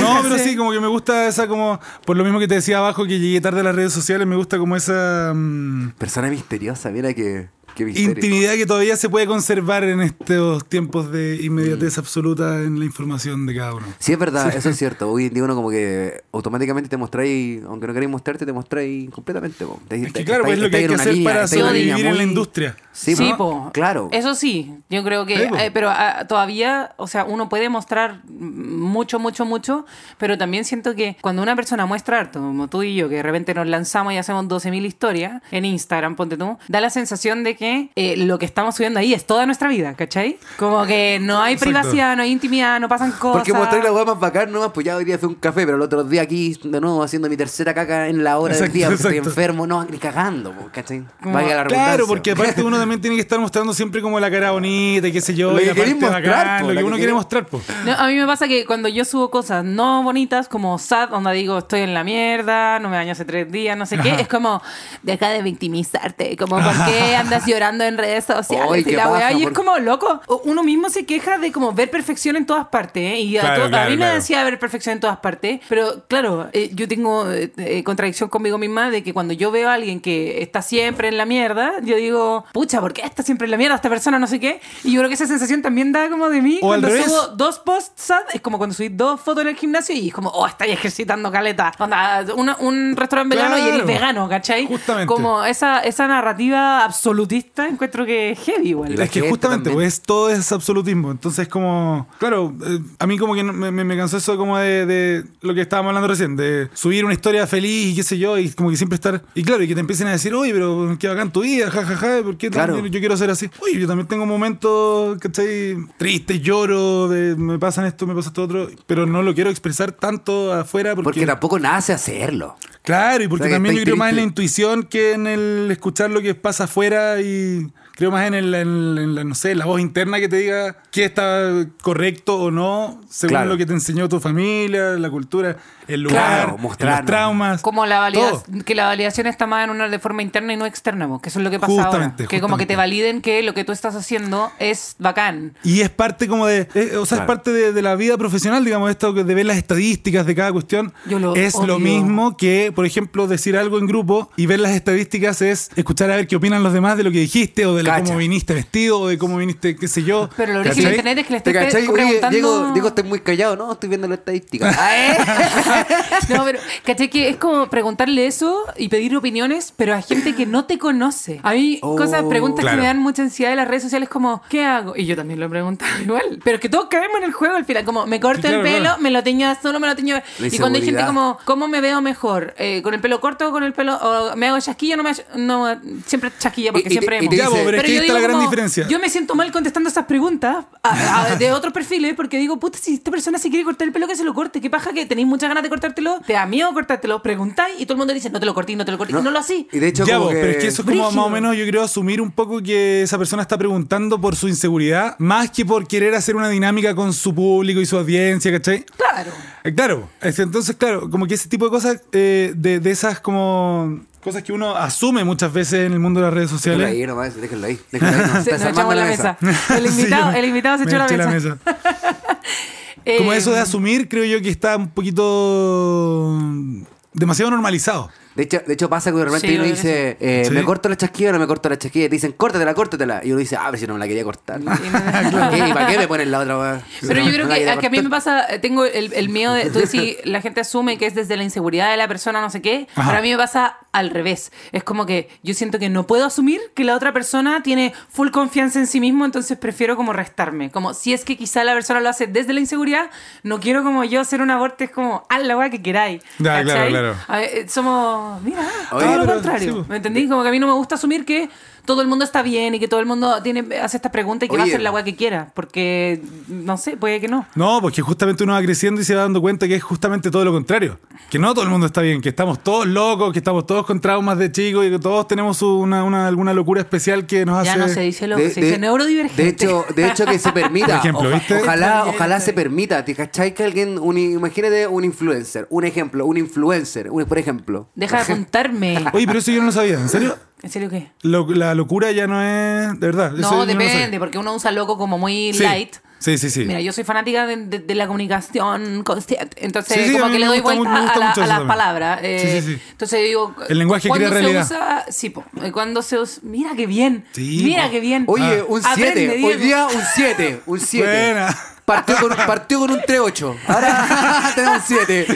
No, pero sí, como que me gusta esa como... Por lo mismo que te decía abajo que llegué tarde a las redes sociales, me gusta como esa mm,
Persona misteriosa, mira que, qué misterio.
intimidad que todavía se puede conservar en estos tiempos de inmediatez absoluta en la información de cada uno.
Mm. Sí, es verdad, eso es cierto. Hoy en día uno como que automáticamente te mostráis, aunque no queráis mostrarte, te mostráis completamente. po. Te-
Es
te-
que claro,
estáis-
pues es lo que
estáis
hay
en
que
una
hacer
línea,
para
estáis en una
sobrevivir
línea
en la
muy-
industria.
Sí, po.
po.
claro.
Eso sí, yo creo que.
Sí, po.
eh, pero ah, todavía, o sea, uno puede mostrar mucho, mucho, mucho, pero también siento que cuando una persona muestra harto, como tú y yo, que de repente nos lanzamos y hacemos 12.000 historias en Instagram, ponte tú, da la sensación de que eh, lo que estamos subiendo ahí es toda nuestra vida, ¿cachai? Como que no hay
Exacto.
privacidad, no hay intimidad, no pasan cosas.
Porque mostrar la hueá más bacán nomás, pues ya hoy día fue un café, pero el otro día aquí de nuevo haciendo mi tercera caca en la hora del
Exacto,
día, porque
exacto.
estoy enfermo, no, ni cagando, po, ¿cachai?
Como-
Vaya la
Claro,
redundancia.
porque aparte uno también tiene que estar mostrando siempre como la cara bonita, y qué sé yo,
Lo
y
que
la parte
querés mostrar,
bacán,
po,
lo
la
que
que
uno quiere
querés.
mostrar, po.
No, a mí me pasa que cuando yo subo cosas no bonitas, como sad, onda digo, estoy en la mierda, no me baño hace tres días, no sé qué, es como, deja de victimizarte, como, ¿por qué andas llorando en redes sociales?
Ay,
y
qué
la weá,
paja,
y es
por-
como, loco, o- uno mismo se queja de como ver perfección en todas partes, ¿eh? y a,
Claro,
to- a
claro,
mí me
claro.
decía ver perfección en todas partes, pero claro, eh, yo tengo eh, eh, contradicción conmigo misma de que cuando yo veo a alguien que está siempre en la mierda, yo digo, pucha, ¿por qué está siempre en la mierda esta persona, no sé qué? Y yo creo que esa sensación también da como de mí
O al
cuando
revés.
subo dos posts sad, es como cuando subís dos fotos en el gimnasio y es como, oh, estáis ejercitando caleta. Onda, una- un restaurante vegano y
Claro.
eres vegano, ¿cachai?
Justamente.
Como esa, esa narrativa absolutista encuentro que es heavy igual.
Y la
es que
gente
justamente,
también.
pues todo es absolutismo. Entonces, como, claro, eh, a mí como que no- me, me- me cansó eso como de, de lo que estábamos hablando recién, de subir una historia feliz y qué sé yo, y como que siempre estar. Y claro, y que te empiecen a decir, oye, pero qué bacán tu vida, jajaja, ¿por qué
Claro.
yo, yo quiero ser así? Oye, yo también tengo momentos, ¿cachai? Tristes, lloro, de, me pasan esto, me pasa esto otro, pero no lo quiero expresar tanto afuera
Porque tampoco nace hacerlo.
Claro, y porque
O sea, que
también yo
estáis
creo más en la
triste.
intuición que en el escuchar lo que pasa afuera y creo más en, el, en- en la, no sé, la voz interna que te diga qué está correcto o no, según
Claro.
lo que te enseñó tu familia, la cultura, el lugar,
Claro, mostrarnos.
los traumas.
Como la
todo.
validación, que la validación está más en una de forma interna y no externa, vos, que eso es lo que pasa ahora.
Justamente,
Que como que
justamente.
te validen que lo que tú estás haciendo es bacán.
Y es parte como de, eh, o sea, es
Claro.
parte de, de la vida profesional, digamos, esto de ver las estadísticas de cada cuestión.
Yo lo
es
odio.
lo mismo que, por ejemplo, decir algo en grupo y ver las estadísticas es escuchar a ver qué opinan los demás de lo que dijiste o de la-
Cacha.
cómo viniste vestido o de cómo viniste, qué sé yo.
Pero lo original de
¿Cachai?
internet es que le
¿Te
estés
cachai?
pe-
Oye,
preguntando...
Diego, Diego, estás muy callado. No, estoy viendo la estadística. Ah, ¿eh?
No, pero caché que es como preguntarle eso y pedir opiniones, pero a gente que no te conoce. A mí,
Oh,
cosas, preguntas
claro.
que me dan mucha ansiedad de las redes sociales, como, ¿qué hago? Y yo también lo he preguntado igual. Pero es que todos caemos en el juego al final, como, me corto
Sí, claro,
el pelo,
claro.
me lo teño solo, me lo teño.
La
Y cuando hay gente
inseguridad.
como, ¿cómo me veo mejor? Eh, ¿Con el pelo corto o con el pelo.? o ¿Me hago chasquilla o no me hago.? No, siempre chasquilla porque
Y- y- y
siempre. hemos-
te
Ya,
dice-
po, pero es que ahí
yo
está la
digo
gran
como,
diferencia.
Yo me siento mal contestando esas preguntas a- a- de otros perfiles porque digo, puta, si esta persona se quiere cortar el pelo, que se lo corte. Qué paja que tenéis muchas ganas de cortártelo, te da miedo cortártelo, preguntáis y todo el mundo dice, no te lo cortís, no te lo cortís, y no lo así.
Y de hecho,
Ya,
como
vos,
que...
pero es que eso es como
Brígido.
más o menos, yo creo, asumir un poco que esa persona está preguntando por su inseguridad, más que por querer hacer una dinámica con su público y su audiencia, ¿cachai?
Claro.
Eh, Claro, es- entonces, claro, como que ese tipo de cosas, eh, de, de esas como cosas que uno asume muchas veces en el mundo de las redes
Déjalo
sociales.
ahí nomás, déjalo ahí. Déjalo ahí. No,
Se-
estás
nos
armando
echamos la mesa. El invitado,
Sí,
el invitado se
me
echó la
eché
mesa.
Como
Eh,
eso de asumir, creo yo que está un poquito demasiado normalizado.
De hecho, de hecho pasa que de repente
Sí,
uno
lo
dice, eh,
Sí.
me corto la chasquilla o no me corto la chasquilla. Y te dicen, córtatela, córtatela. Y uno dice, ah, pero si no me la quería cortar. ¿Para qué? ¿Y para qué me ponen la otra? weá? Si
Pero
no,
yo
no
creo
la
que,
quería
a, que a mí me
cortar.
pasa, eh, tengo el, el miedo de, tú decís, la gente asume que es desde la inseguridad de la persona, no sé qué,
Ajá.
pero a mí me pasa al revés. Es como que yo siento que no puedo asumir que la otra persona tiene full confianza en sí mismo, entonces prefiero como restarme. Como si es que quizá la persona lo hace desde la inseguridad, no quiero como yo hacer un aborto, es como, haz la weá que queráis.
Ya, claro,
¿cachai?
claro.
A ver, eh, somos, mira,
Oye,
todo lo
pero-
contrario.
sí, po.
¿Me entendí? Como que a mí no me gusta asumir que todo el mundo está bien y que todo el mundo tiene, hace esta pregunta y que va a
Oye.
hacer la agua que quiera. Porque, no sé, puede que no.
No, porque justamente uno va creciendo y se va dando cuenta que es justamente todo lo contrario. Que no todo el mundo está bien, que estamos todos locos, que estamos todos con traumas de chicos y que todos tenemos una, una- alguna locura especial que nos
Ya
hace...
no se dice lo
De-
que se dice
de-
neurodivergente.
De hecho, de hecho que se permita.
Por ejemplo,
Oja-
¿viste?
Ojalá, ojalá se permita. ¿Te cachai que alguien, un- imagínate un influencer, un ejemplo, un influencer, un- por ejemplo.
Deja de contarme.
Oye, pero eso yo no lo sabía, ¿en serio?
¿En serio qué?
Lo- la locura ya no es... De verdad. eso yo
No,
lo sabía.
depende, porque uno usa loco como muy
Sí.
light.
Sí, sí, sí.
Mira, yo soy fanática de, de- de la comunicación consciente. Entonces,
Sí, sí, a
como que
mí
le
me
doy
gusta mu-
vuelta
me gusta
a, la-
mucho
a
eso
las
también.
palabras. eh,
Sí, sí, sí.
Entonces, yo digo.
El lenguaje
cuando
crea
se
realidad.
Usa, sí, po, eh, cuando se usa. Mira qué bien.
Sí,
mira
po.
qué bien. Ah,
Oye, un
Aprende,
7. Hoy
Diego.
día un 7. Un 7.
Ah. Buena.
Partió con, partió con un 3-8. Ahora tenemos un 7.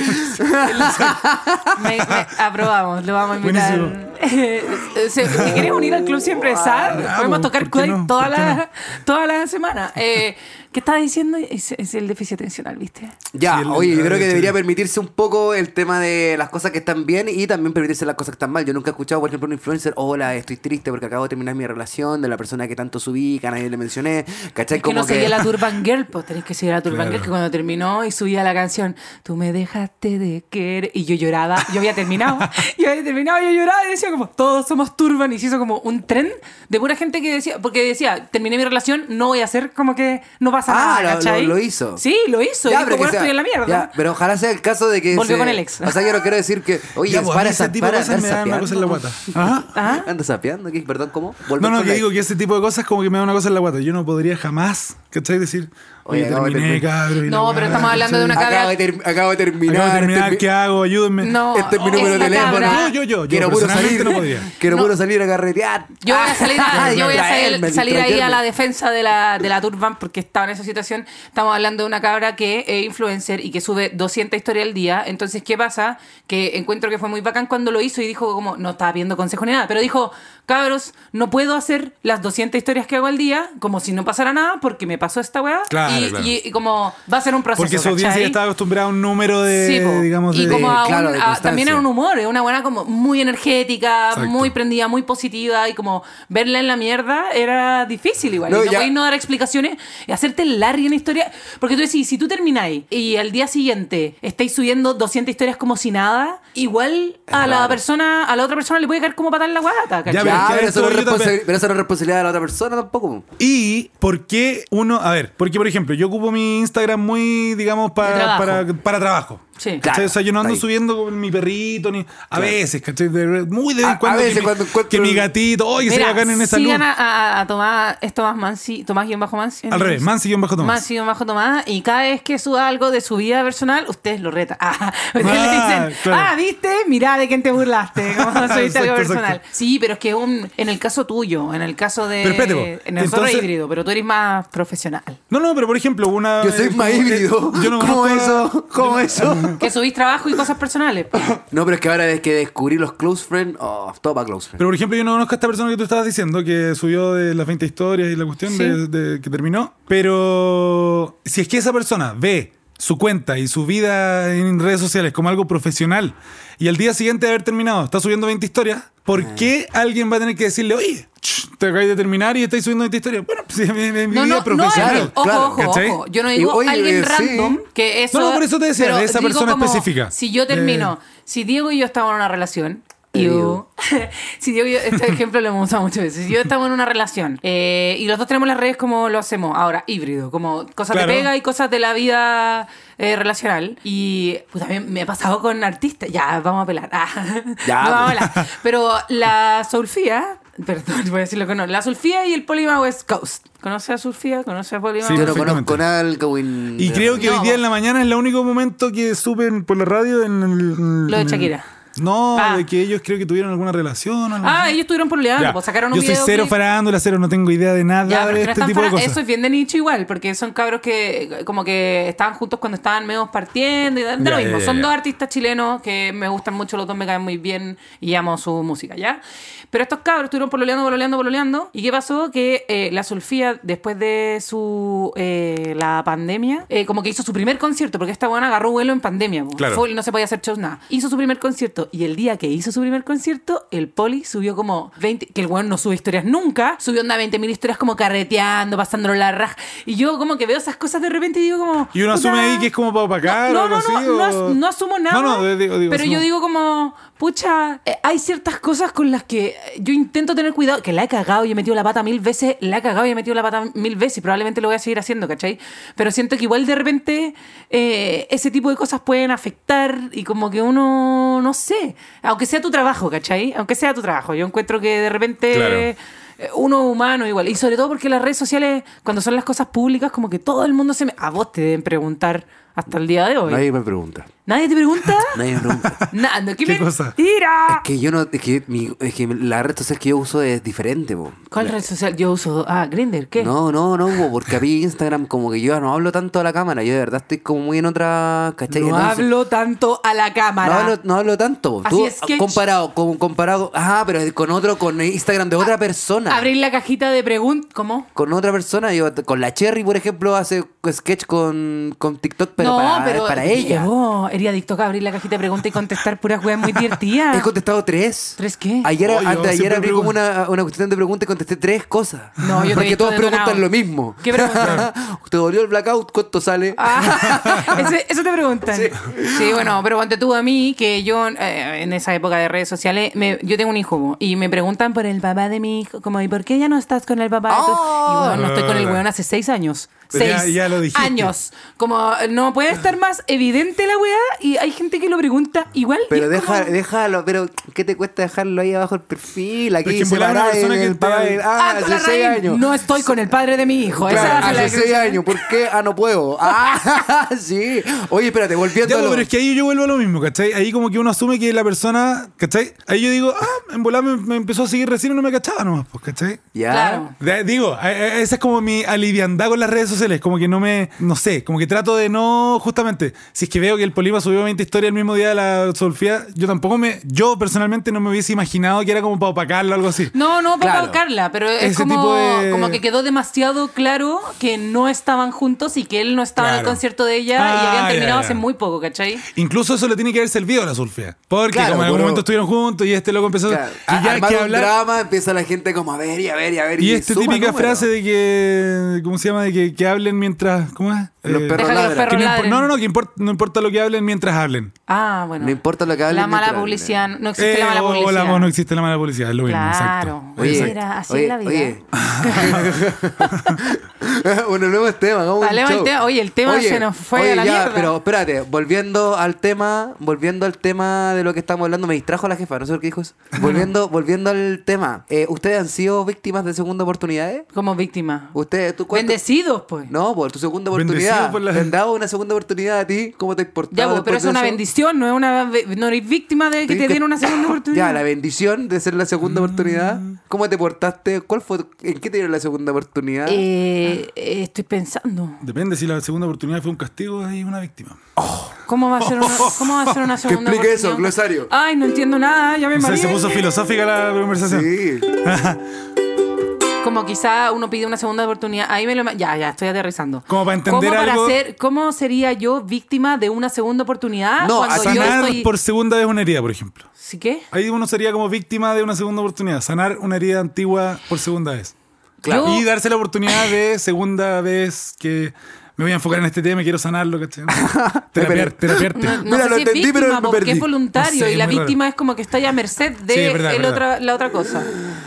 Me- me- aprobamos, lo vamos a invitar.
Buenísimo.
Eh, se- ¿Te quieres unir al club siempre SAR? Podemos
Bravo,
tocar
Ah, ¿por qué
Quake
no?
toda,
¿Por qué no?
la, toda la semana. Eh, ¿Qué estaba diciendo? Es, es el déficit atencional, ¿viste?
Ya,
Sí, el-
oye, yo creo que
sí.
debería permitirse un poco el tema de las cosas que están bien y también permitirse las cosas que están mal. Yo nunca he escuchado, por ejemplo, un influencer, hola, estoy triste porque acabo de terminar mi relación de la persona que tanto subí, que a nadie le mencioné. ¿Cachai?
Es que no
Como
seguía
que...
la Turban Girl, pues tenés que seguir a la Turban
Claro.
Girl, que cuando terminó y subía la canción, tú me dejaste de querer, y yo lloraba, yo había terminado, yo había terminado, yo lloraba y decía como, todos somos Turban, y se hizo como un tren de pura gente que decía, porque decía, terminé mi relación, no voy a hacer como que no pasa
Ah,
nada,
lo-
¿cachai?
lo- lo hizo.
Sí, lo hizo,
Ya,
y dijo,
pero que
bueno,
sea-
estoy en la
ya,
mierda.
pero ojalá sea el caso de que.
Volvió con el ex.
O sea, yo no quiero decir que. Oye,
Ya, pues, a mí
para,
ese
esa,
tipo de
para
cosas
andar
me dan una cosa en la guata.
sapeando.
Ajá.
Ah,
Anda sapeando, ¿qué? perdón, ¿cómo?
No,
Volver
no,
con
que
la
digo
ex.
que ese tipo de cosas como que me da una cosa en la guata. Yo no podría jamás, ¿cachai? Decir, oye,
Oye, acabo de
terminé,
terminar.
cabrón. y la
No,
weá,
pero estamos hablando de una
¿cachai?
Acabo de, ter- acabo de terminar.
Acabo de terminar,
termi-
¿qué hago? Ayúdenme.
No,
Este es mi
Oh,
número de
esta
teléfono.
cabra.
Yo, yo, yo, yo
Quiero puro
personalmente
salir.
no podría.
Quiero
No.
puro salir a carretear.
Yo voy a salir,
Ah,
yo voy a salir,
distraerme,
salir ahí a la
distraerme.
defensa de la, de la Turban porque estaba en esa situación. Estamos hablando de una cabra que es influencer y que sube 200 historias al día. Entonces, ¿qué pasa? Que encuentro que fue muy bacán cuando lo hizo y dijo como, no estaba pidiendo consejo ni nada, pero dijo, cabros, no puedo hacer las 200 historias que hago al día como si no pasara nada porque me pasó esta weá.
Claro,
y,
claro.
y- y como va a ser un proceso.
Porque su audiencia
¿cachai?
ya estaba acostumbrada a un número de,
Sí, po.
digamos,
y
de...
como a un-
claro, de
a-
constancia.
también era un humor, es una buena como muy energética,
Exacto.
muy prendida, muy positiva y como verla en la mierda era difícil igual.
No,
y no
ya-
podéis no dar explicaciones y hacerte el larga en historia. Porque tú decís, si tú termináis y al día siguiente estáis subiendo 200 historias como si nada, igual a la
raro.
persona, a la otra persona le puede caer como patar en la guata, ¿cachai?
Ya,
Ya, pero es que
pero eso no es
esto yo
responsa-
también-
pero eso no es responsabilidad de la otra persona tampoco.
Y por qué uno, a ver, porque por ejemplo, yo ocupo mi Instagram muy, digamos, para
De trabajo.
para, para trabajo.
Sí.
¿Cachai?
Claro,
o sea, yo no ando
ahí.
subiendo con mi perrito, ni a veces, ¿cachai? De- muy de vez en
A- a
cuando.
veces
que mi-
cuando encuentro-
Que mi gatito, oye, se
Mira,
bacán en esa luz.
sigan a, a- a Tomás, es Tomás Mansi, Tomás guión bajo Mansi.
Al revés, Mansi-Tomás.
Mansi guión bajo Tomás. Y cada vez que suba algo de su vida personal, ustedes lo retan. Ah, ustedes le
Ah,
dicen,
claro.
ah, viste, mirá de quién te burlaste. Como subiste algo
Exacto,
personal.
exacto.
Sí, pero es que un, en el caso tuyo, en el caso de.
Pero espérate, vos.
en el nosotros
Entonces-
híbrido, pero tú eres más profesional.
No, no, pero por ejemplo, una.
Yo soy
eh,
más
como-
híbrido.
eh, Yo no
¿Cómo
conozco a-
eso? ¿Cómo eso?
Que subís trabajo y cosas personales.
No, pero es que ahora es que descubrí los close friends. Oh, todo para close friends.
Pero por ejemplo, yo no conozco a esta persona que tú estabas diciendo, que subió de las 20 historias y la cuestión
Sí.
de, de- que terminó. Pero si es que esa persona ve su cuenta y su vida en redes sociales como algo profesional y al día siguiente de haber terminado está subiendo 20 historias, ¿por
Ah.
qué alguien va a tener que decirle, oye, ch, te acabáis de terminar y estáis subiendo 20 historias? Bueno, pues es mi, es mi
No,
vida
no, no,
profesional.
alguien- ojo,
claro,
ojo,
¿cachai?
ojo. Yo no digo
Y, oye,
alguien
eh, sí.
random que eso.
No, no, por eso te decía,
pero
de esa
digo
persona
como,
específica. Eh.
Si yo termino, si Diego y yo estábamos en una relación. y yo- si Diego y yo, este ejemplo lo hemos usado muchas veces. Si yo estamos en una relación eh, y los dos tenemos las redes como lo hacemos ahora, híbrido, como cosas
Claro.
de pega y cosas de la vida eh, relacional. Y pues, también me ha pasado con artistas. Ya, vamos a pelar. Ah,
Ya,
no, vamos a
pues.
pelar. Pero la Sulfía, perdón, voy a decirlo que no, la Sulfía y el Polima West Coast. ¿Conoce a Sulfía? ¿Conoce a Polima?
Sí,
Yo
West
no
perfectamente.
conozco nada del Gawin.
Y creo que hoy
No.
día en la mañana es el único momento que suben por la radio en el... en
Lo de
el-
Shakira.
No,
Ah.
de que ellos creo que tuvieron alguna relación. algo
Ah,
así.
ellos estuvieron pololeando,
Ya.
pues sacaron un
Yo soy
video
cero
clip.
farándula, cero, no tengo idea de nada
Ya, pero es
de
que no
este
están
tipo de
para-
cosas.
Eso es bien de nicho igual, porque son cabros que eh, como que estaban juntos cuando estaban medio partiendo y da, da
Ya,
lo
ya,
mismo.
ya,
son
ya.
dos artistas chilenos que me gustan mucho, los dos me caen muy bien y amo su música, ¿ya? Pero estos cabros estuvieron pololeando, pololeando, pololeando. ¿Y qué pasó? Que eh, la Sulfía, después de su eh, la pandemia, eh, como que hizo su primer concierto, porque esta buena agarró vuelo en pandemia. po.
Claro.
Full, no se podía hacer shows, nada. Hizo su primer concierto Y el día que hizo su primer concierto, el Poli subió como 20, que el weón no sube historias nunca, subió onda 20.000 historias como carreteando, pasándolo la raja. Y yo como que veo esas cosas de repente y digo como...
Y uno
puta.
asume ahí que es como para opacar o
No,
algo
no, no,
así,
no,
o-
as- no asumo nada.
No, no, digo- digo,
pero yo
asumo.
digo como, pucha, eh, hay ciertas cosas con las que yo intento tener cuidado, que la he cagado y he metido la pata mil veces, la he cagado y he metido la pata mil veces y probablemente lo voy a seguir haciendo, ¿cachai? Pero siento que igual de repente eh, ese tipo de cosas pueden afectar y como que uno, no sé, aunque sea tu trabajo, ¿cachai? Aunque sea tu trabajo, yo encuentro que de repente...
Claro.
Eh, uno humano igual. Y sobre todo porque las redes sociales, cuando son las cosas públicas, como que todo el mundo se... Me... A vos te deben preguntar hasta el día de hoy. Nadie,
Nadie me pregunta.
te pregunta.
Nadie me pregunta.
Nada, no, ¿qué,
¿Qué cosa?
Es
Tira.
que yo no. Es que, mi- es que la red social que yo uso es diferente, po.
¿Cuál red social? Yo uso... Ah, Grindr, ¿qué?
No, no, no, po, porque a mí Instagram como que yo ya no hablo tanto a la cámara. Yo de verdad estoy como muy en otra. ¿Cachai?
No
Entonces-
hablo tanto a la
No
cámara.
hablo, no hablo tanto.
Así
Tú,
es que-
comparado, con, comparado, ajá, pero con otro, con Instagram de
Ah,
otra persona.
Abrir la cajita de preguntas. ¿Cómo?
Con otra persona, yo, con la Cherry, por ejemplo, hace sketch con, con TikTok, pero,
no,
para,
pero
para ella.
Yo era adicto a abrir la cajita de preguntas y contestar puras weas muy
He
divertidas.
contestado tres.
¿Tres qué?
Ayer,
Oye,
antes de ayer
siempre
abrí como una, una cuestión de preguntas y contesté tres cosas.
No, yo te he
Porque
visto
todos
detonado.
preguntan lo mismo.
¿Qué preguntan?
¿Te dolió el blackout? ¿Cuánto sale?
Ah, ese- eso te preguntan. Sí. bueno, pero ponte tú a mí, que yo eh, en esa época de redes sociales, me- yo tengo un hijo y me preguntan por el papá de mi hijo, como, ¿y por qué ya no estás con el papá? de tu-?"
Oh.
y bueno, no estoy con el
Hola.
weón hace seis años.
Pero ya-
seis
ya lo dijiste.
años. Como no puede estar más evidente la weá y hay gente que lo pregunta igual. y
Pero
es como-
deja, déjalo, pero ¿qué te cuesta dejarlo ahí abajo el perfil?
Pero es
Aquí
que en volar una
separado
persona que
del
te-
papá del-
Ah,
Ah,
con
hace
la
seis
raíz,
años.
No estoy con el padre de mi hijo.
Claro,
Esa es la
hace
declaración.
seis años, ¿por qué? Ah, no puedo. Ah, sí. Oye, espérate, volviendo
Ya,
a lo-
pero es que ahí yo vuelvo a lo mismo, ¿cachai? Ahí como que uno asume que la persona, ¿cachai? Ahí yo digo, ah, en volar me, me empezó a seguir recién y no me cachaba nomás, pues, ¿cachai?
Ya.
Claro.
De- Digo, a- a- esa es como mi aliviandad con las redes sociales, como que no me, no sé, como que trato de no, justamente, si es que veo que el Polima subió 20 historias el mismo día de la Solfía, yo tampoco me, yo personalmente no me hubiese imaginado que era como para opacarlo o algo así.
No, no para
Claro.
Carla, pero es
Ese
como,
tipo de-
como que quedó demasiado claro que no estaban juntos y que él no estaba en el
Claro.
concierto de ella y
Ah,
habían
ya,
terminado
ya.
hace muy poco, ¿cachai?
Incluso eso le tiene que haber servido a la Solfía, porque
Claro,
como en algún
pero-
momento estuvieron juntos y este loco empezó
Claro.
y
A-
ya
armar
que
un
hablar
drama, empieza la gente como a ver y a ver y a ver.
Y esta
suma
típica
número.
frase de que. ¿Cómo se llama? De que, que hablen mientras. ¿Cómo es?
Los
Eh,
perros
Deja que los
ladran.
que
perros
no, impor-
ladren.
no, no, no, que import- no importa lo que hablen mientras hablen.
Ah, bueno.
No importa lo que hablen
La mala
mientras-
publicidad. No existe
Eh,
la mala
o-
publicidad.
O la, o no existe la mala policía, es lo mismo.
Claro.
Exacto.
Oye,
Exacto.
Mira, así
oye,
es la vida.
Oye. bueno, nuevo tema, hagamos un
Hablemos del
show.
tema. Oye, el tema se nos fue
oye,
a la
ya,
mierda.
Pero espérate, volviendo al tema, volviendo al tema de lo que estamos hablando, me distrajo la jefa, no sé por qué dijo eso. Volviendo, volviendo al tema, eh, ¿ustedes han sido víctimas de segunda oportunidades?
Como víctima.
¿Ustedes, tú cuánto-
Bendecidos, pues.
No, por tu segunda
Bendecido
oportunidad.
por la-
Te han dado una segunda oportunidad a ti. ¿Cómo te has portado
Ya, pues, pero
después
es
de
una
eso?
bendición, no es una ve- no eres víctima de que
Tienes
te den una segunda oportunidad.
Ya, la bendición de ser la segunda oportunidad.
Mm.
¿Cómo te portaste? ¿Cuál fue? ¿En qué te dieron la segunda oportunidad? Ah.
Eh, eh, estoy pensando,
Depende si la segunda oportunidad fue un castigo y una víctima.
¿cómo va a ser una, cómo va a ser una
Que
segunda
explique eso,
oportunidad?
glosario.
Ay, no entiendo nada, ya me
O sea,
mareé.
se puso filosófica la conversación.
Sí.
Como quizá uno pide una segunda oportunidad. Ahí me lo... ima- Ya, ya, estoy aterrizando.
Como para entender
¿Cómo
algo-
Ser, ¿Cómo sería yo víctima de una segunda oportunidad
No,
cuando yo
Sanar
estoy...
por segunda vez una herida, por ejemplo.
¿Sí qué?
Ahí uno sería como víctima de una segunda oportunidad. Sanar una herida antigua por segunda vez.
Claro.
Y darse la oportunidad de segunda vez que me voy a enfocar en este tema y quiero sanarlo, ¿cachai? Terapiar- terapiarte.
No, no
Mira,
sé
lo
si es
entendí,
víctima,
pero me
porque
perdí.
es voluntario
No sé,
y la
muy raro.
víctima es como que está ya a merced de
Sí, es verdad, es
el
verdad.
otra- la otra cosa.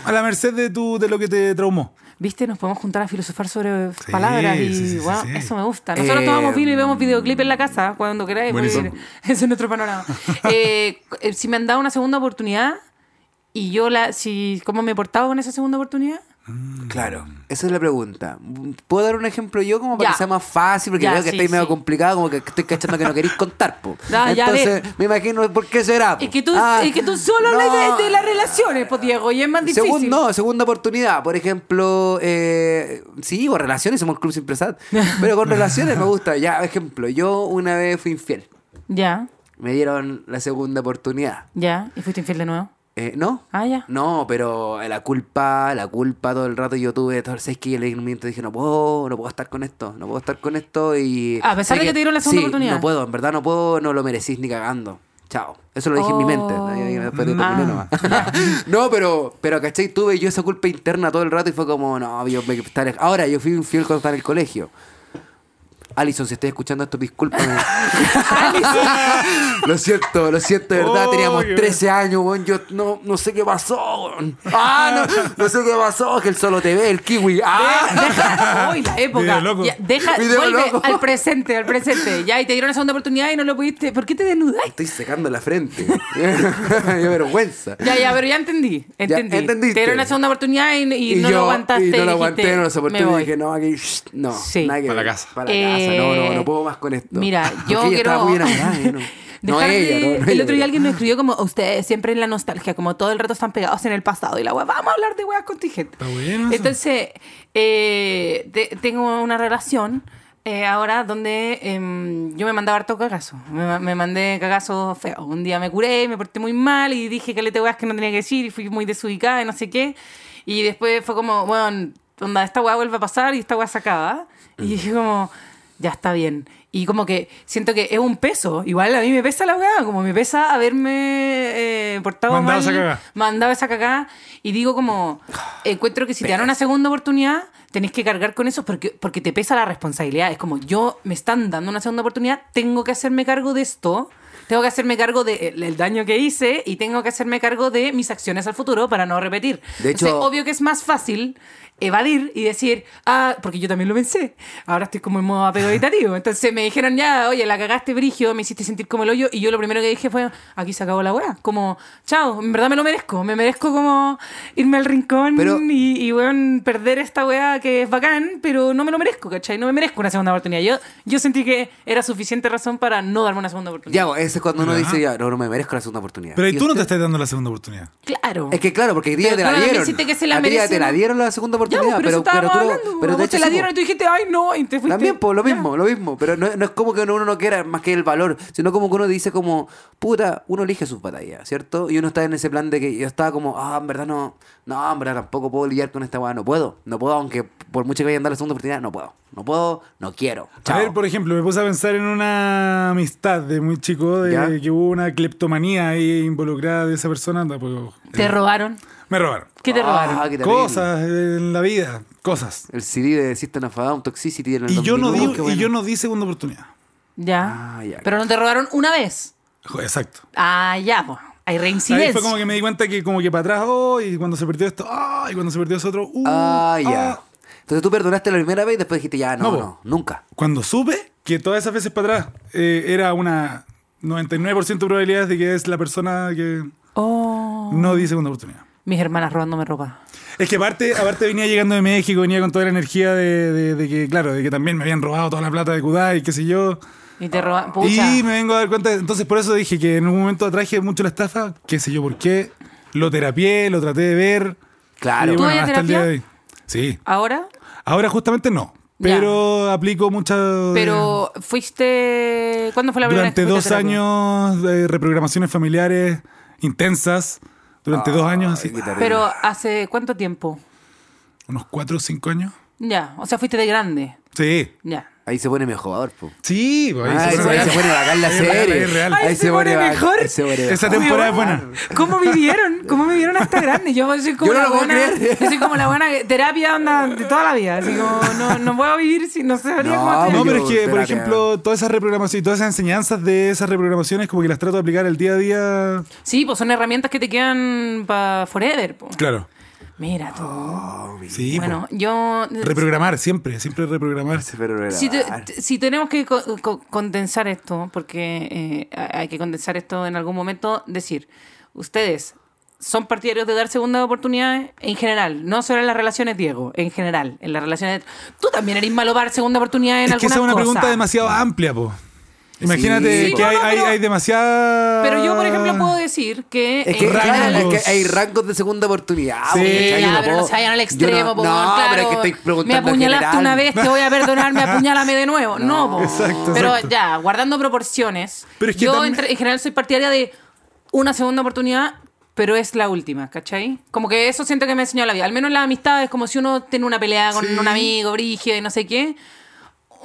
A la merced de, tu, de lo que te traumó.
¿Viste? Nos podemos juntar a filosofar sobre
Sí,
palabras y
sí, sí, sí,
wow,
sí. mm.
eso me gusta. Nosotros
Eh,
tomamos vino y vemos videoclip en la casa cuando queráis. pues,
Buenísimo.
ese es nuestro panorama. Eh, eh, si me han dado una segunda oportunidad y yo la... Si, ¿Cómo me he portado con esa segunda oportunidad?
Claro. Esa es la pregunta. ¿Puedo dar un ejemplo yo como para
Ya.
que sea más fácil? Porque
Ya,
veo que
sí,
estáis medio
sí.
complicado, como que estoy cachando que no queréis contar, po.
Ya, ya,
Entonces,
ve.
me imagino por qué será. po.
Es que tú,
Ah,
es que tú solo hablas
no.
de, de las relaciones, pues Diego, y es más difícil.
Segun- no, segunda oportunidad. Por ejemplo, eh, sí, o relaciones, somos el Club Sin Presad. Pero con relaciones me gusta. Ya, ejemplo, yo una vez fui infiel.
Ya,
Me dieron la segunda oportunidad.
ya. ¿Y fuiste infiel de nuevo?
Eh, ¿No?
Ah, ya.
No, pero la culpa, la culpa todo el rato yo tuve, todo el seis que el momento dije, no puedo, no puedo estar con esto, no puedo estar con esto y...
A pesar
sé
de que te dieron la segunda
sí,
oportunidad.
no puedo, en verdad no puedo, no lo merecís ni cagando. Chao. Eso lo dije en mi mente.
Oh.
Ahí, ahí, después de-
Ah.
terminé nomás. no, pero, pero ¿cachai? Tuve yo esa culpa interna todo el rato y fue como, no, yo me estaré- Ahora, yo fui infiel cuando estaba en el colegio. Alison, si estás escuchando esto, discúlpame. lo siento, lo siento, de verdad.
Oh,
Teníamos
qué
13 años, weón. Yo no, no sé qué pasó, weón. Ah, no, no sé qué pasó. Que el solo te ve, el kiwi. Ah.
Deja, hoy la época.
Video loco.
Ya, deja,
Video
vuelve
loco.
al presente, al presente. Ya, y te dieron la segunda oportunidad y no lo pudiste. ¿Por qué te desnudaste?
Estoy secando la frente. Qué vergüenza.
Ya, ya, pero ya entendí. Entendí.
entendiste.
Te dieron la segunda oportunidad y, y no lo aguantaste.
Y no
dijiste,
lo aguanté, no lo
"Me
soporté. Y
voy".
dije, no, aquí, shh, no.
Sí. Eh,
nada que
Para la
ver,
casa.
Para la casa, no, no, no puedo más con esto.
Mira,
Porque
yo
ella
quiero.
Estaba muy enamorada, yo no. No
Dejar de-
ella, no, no
el
ella,
otro día
pero-
alguien me escribió como ustedes siempre en la nostalgia, como todo el rato están pegados en el pasado y la wea, vamos a hablar de weas contingentes.
Está bueno eso.
Entonces, eh, te- tengo una relación eh, ahora donde em, yo me mandaba harto cagazo. Me, ma- me mandé cagazo feo. Un día me curé, me porté muy mal y dije caleta de weas que no tenía que decir y fui muy desubicada y no sé qué. Y después fue como, bueno, onda, esta wea vuelve a pasar y esta wea se acaba. Y dije
Mm.
como, ya está bien. Y como que siento que es un peso. Igual a mí me pesa la weá, como me pesa haberme eh, portado
Mandado
mal.
esa cagá.
Mandado esa cagá. Y digo como, encuentro que si te dan una segunda oportunidad, tenés que cargar con eso porque, porque te pesa la responsabilidad. Es como, yo me están dando una segunda oportunidad, tengo que hacerme cargo de esto. Tengo que hacerme cargo del de el- el daño que hice y tengo que hacerme cargo de mis acciones al futuro para no repetir.
De
Entonces,
hecho-
obvio que es más fácil evadir y decir, ah, porque yo también lo pensé, ahora estoy como en modo apego evitativo. Entonces me dijeron ya, oye, la cagaste, Brigio, me hiciste sentir como el hoyo, y yo lo primero que dije fue, aquí se acabó la weá. Como, chao, en verdad me lo merezco, me merezco como irme al rincón
Pero-
y, y weón, perder esta weá que es bacán, pero no me lo merezco, ¿cachai? No me merezco una segunda oportunidad. Yo, yo sentí que era suficiente razón para no darme una segunda oportunidad.
Ya, pues, ese es cuando uno dice, ya, no, no me merezco la segunda oportunidad.
Pero
¿Y
ahí tú no te
usted?
estás dando la segunda oportunidad.
Claro.
Es que claro, porque a ti ya
Pero
te la
tú no me
dieron.
hiciste que se
a
la
ti ya
merecieron.
te la dieron la segunda
Ya, pues,
oportunidad,
pero,
pero,
eso estábamos
tú no-
hablando.
pero
a
de
vos
hecho
te la
sí,
dieron
po.
y tú dijiste, ay, no, y te fuiste.
También, pues, lo
Ya.
mismo, lo mismo. Pero no, no es como que uno no quiera más que el valor, sino como que uno dice como, puta, uno elige sus batallas, ¿cierto? Y uno está en ese plan de que yo estaba como, ah, en verdad no, no, en verdad tampoco puedo lidiar con esta weá, no puedo, no puedo, aunque por mucho que vayan a dar la segunda oportunidad, no puedo, no puedo, no quiero. Chao.
A ver, por ejemplo, me puse a pensar en una amistad de muy chico, de
¿Ya?
que hubo una cleptomanía ahí involucrada de esa persona. anda, pues,
Te robaron.
Me robaron.
¿Qué te
Ah,
robaron?
qué terrible.
Cosas en la vida, cosas.
El CD de System of a Down, Toxicity en el
Y yo, no
2001,
di,
qué bueno.
y yo no di segunda oportunidad.
Ya.
Ah, ya.
Pero no te robaron una vez.
Jo, Exacto.
Ah, ya, po. Hay
Ahí
reincidencia.
fue como que me di cuenta que como que para atrás, oh, y cuando se perdió esto, ah, y cuando se perdió eso otro, uh,
Ah, ya.
ah.
Entonces tú perdonaste la primera vez y después dijiste, ya, no,
No,
no,
po.
nunca.
Cuando supe que todas esas veces para atrás eh, era una 99% de probabilidades de que es la persona que
Oh.
no di segunda oportunidad.
Mis hermanas robándome ropa.
Es que aparte, aparte venía llegando de México, venía con toda la energía de, de- de que, claro, de que también me habían robado toda la plata de Kudai, qué sé yo.
Y te roban. Pucha.
Ah. Y me vengo a dar cuenta, entonces por eso dije que en un momento atraje mucho la estafa, qué sé yo por qué, lo terapié, lo traté de ver.
Claro.
y
¿Tú
bueno,
vayas a
hasta el día de
terapia?
hoy. Sí.
Ahora,
Ahora justamente no,
Ya.
pero aplico muchas...
pero fuiste. ¿Cuándo fue la primera vez que
Durante
fuiste
dos
a terapia?
años de reprogramaciones familiares intensas, durante dos años, así,
qué terrible.
Ah, Pero hace cuánto tiempo?
unos cuatro o cinco años.
Ya. O sea, fuiste de grande.
Sí.
Ya.
Ahí se pone mejor, po.
Sí, pues, ahí
Ah,
se
ahí se
pone
pone- ahí
real.
se pone bacán la
Ahí es real,
serie.
ahí es real.
Ahí se pone bacán, ahí se pone
Esa
bacán.
temporada es buena.
¿Cómo vivieron? ¿Cómo vivieron hasta grande? Yo soy como
Yo no
la
lo puedo
buena,
creer.
yo soy como la buena terapia onda de toda la vida. Así como no, no puedo vivir si no sabría
No,
cómo hacer.
No,
Yo,
pero es que, por
terapia.
ejemplo, todas esas reprogramaciones y todas esas enseñanzas de esas reprogramaciones, como que las trato de aplicar el día a día.
Sí, pues son herramientas que te quedan para forever. po.
Claro.
Mira tú.
Sí,
Bueno, yo
pues, reprogramar, siempre, siempre reprogramar.
Pero era-
Si, te- te- si tenemos que co- co- condensar esto, porque eh, hay que condensar esto en algún momento, decir, ustedes son partidarios de dar segunda oportunidades en general, no solo en las relaciones, Diego, en general, en las relaciones... Tú también eres malo para dar segunda oportunidad en
Es que
algunas
esa es una
cosas.
pregunta demasiado amplia, po. Imagínate
Sí,
que
po.
hay,
No, no,
hay,
pero-
hay demasiada...
Pero yo, por ejemplo, puedo decir que...
Es que,
en
Rangos.
claro,
general-
es que hay rangos de segunda oportunidad.
Sí.
porque, ¿cachai?
Eh, Ya,
Yo
pero
puedo-
no se vayan al
yo
extremo,
no,
po,
no,
weón, claro.
pero es que estoy
Me
preguntando en
apuñalaste
general.
una vez, te voy a perdonar, me apuñálame de nuevo. No, po.
Exacto,
Pero
exacto.
ya, guardando proporciones,
Pero es que
yo
también-
entre- en general soy partidaria de una segunda oportunidad, pero es la última, ¿cachai? Como que eso siento que me enseñó la vida. Al menos la amistad es como si uno tiene una pelea con
Sí.
un amigo, brígido y no sé qué.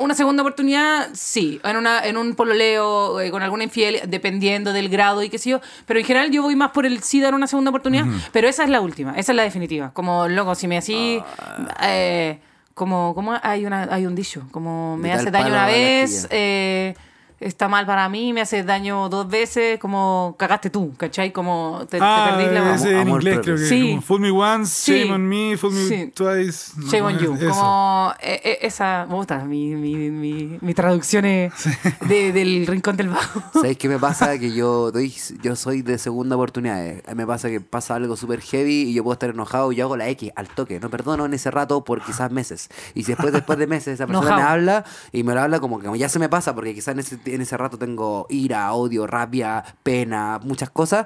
una segunda oportunidad, sí, en, una, en un pololeo, eh, con alguna infiel, dependiendo del grado y qué sé yo, pero en general yo voy más por el sí dar una segunda oportunidad, pero esa es la última, esa es la definitiva, como loco, si me así,
Ah.
eh, como, como hay, una, hay un dicho, como me
De tal
hace daño
palo
una
a la
vez,
astilla.
eh, está mal para mí, me hace daño dos veces, como cagaste tú, ¿cachai? Como te, te
Ah,
perdís la...
ese en
Amor
inglés
propio.
creo que
Sí.
como, Fool me once,
Sí.
shame on me, fool me
Sí.
twice. no,
Shame on you.
eso.
Como eh, eh, esa. Me gusta mi, mi, mi, mi traducción es de- del rincón del bajo.
¿Sabes qué me pasa? Que yo, doy- yo soy de segunda oportunidad. eh. Me pasa que pasa algo súper heavy y yo puedo estar enojado y yo hago la X al toque. No perdono en ese rato por quizás meses. Y si después, después de meses esa persona me
Enojado.
habla y me lo habla como que como ya se me pasa porque quizás en ese, en ese rato tengo ira, odio, rabia, pena, muchas cosas.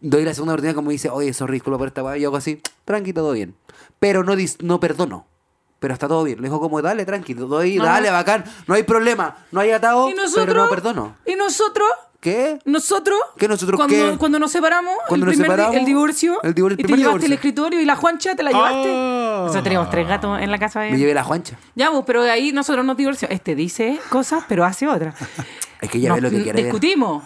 Doy la segunda oportunidad como dice, oye, sos ridículo por esta weá. Y hago así, tranqui, todo bien. Pero no, dis- no perdono. Pero está todo bien. Le dijo como, dale, tranqui, doy,
No,
dale,
no.
bacán. No hay problema. No hay atado,
Y nosotros.
Oh, pero no perdono.
Y nosotros.
¿Qué?
Nosotros.
¿Qué nosotros
cuando,
qué?
Cuando nos separamos.
Cuando
el
nos
primer di-
separamos,
El divorcio.
el divor- el
y te
primer
llevaste el
divorcio.
escritorio y la Juancha te la llevaste.
Ah.
Nosotros teníamos tres gatos en la casa. de-
Me llevé la Juancha.
Ya, pues, pero de ahí nosotros nos divorciamos. Este dice cosas, pero hace otras.
Es que ella
Nos-
ve lo que quiere ver.
Discutimos.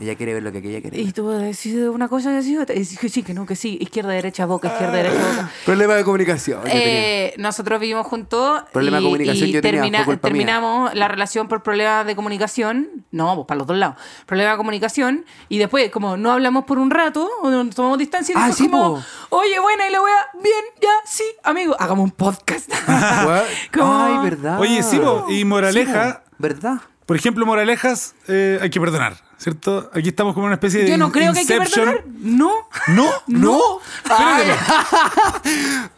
Ella quiere ver lo que ella quiere
Y
ver.
tú decís una cosa y decís otra. Y decís que sí, que no, que sí. Izquierda, derecha, boca, izquierda, derecha, boca.
Problema de comunicación. yo tenía.
Eh, nosotros vivimos juntos.
Problema
y,
de comunicación
y
yo tenía,
termina-
fue culpa mía.
terminamos la relación por problemas de comunicación. No, pues para los dos lados. Problema de comunicación. Y después, como no hablamos por un rato, o nos tomamos distancia y
Ah,
después
sí,
como,
po.
oye, buena, y la wea, bien, ya, sí, amigo, hagamos un podcast.
What?
Como-
Ay, verdad.
Oye, sí, po, y moraleja,
Sí, po, ¿Verdad?
por ejemplo, moralejas, eh, hay que perdonar, ¿cierto? Aquí estamos como en una especie de
Yo no creo que hay que
Inception.
perdonar. No.
No, no.
Ay.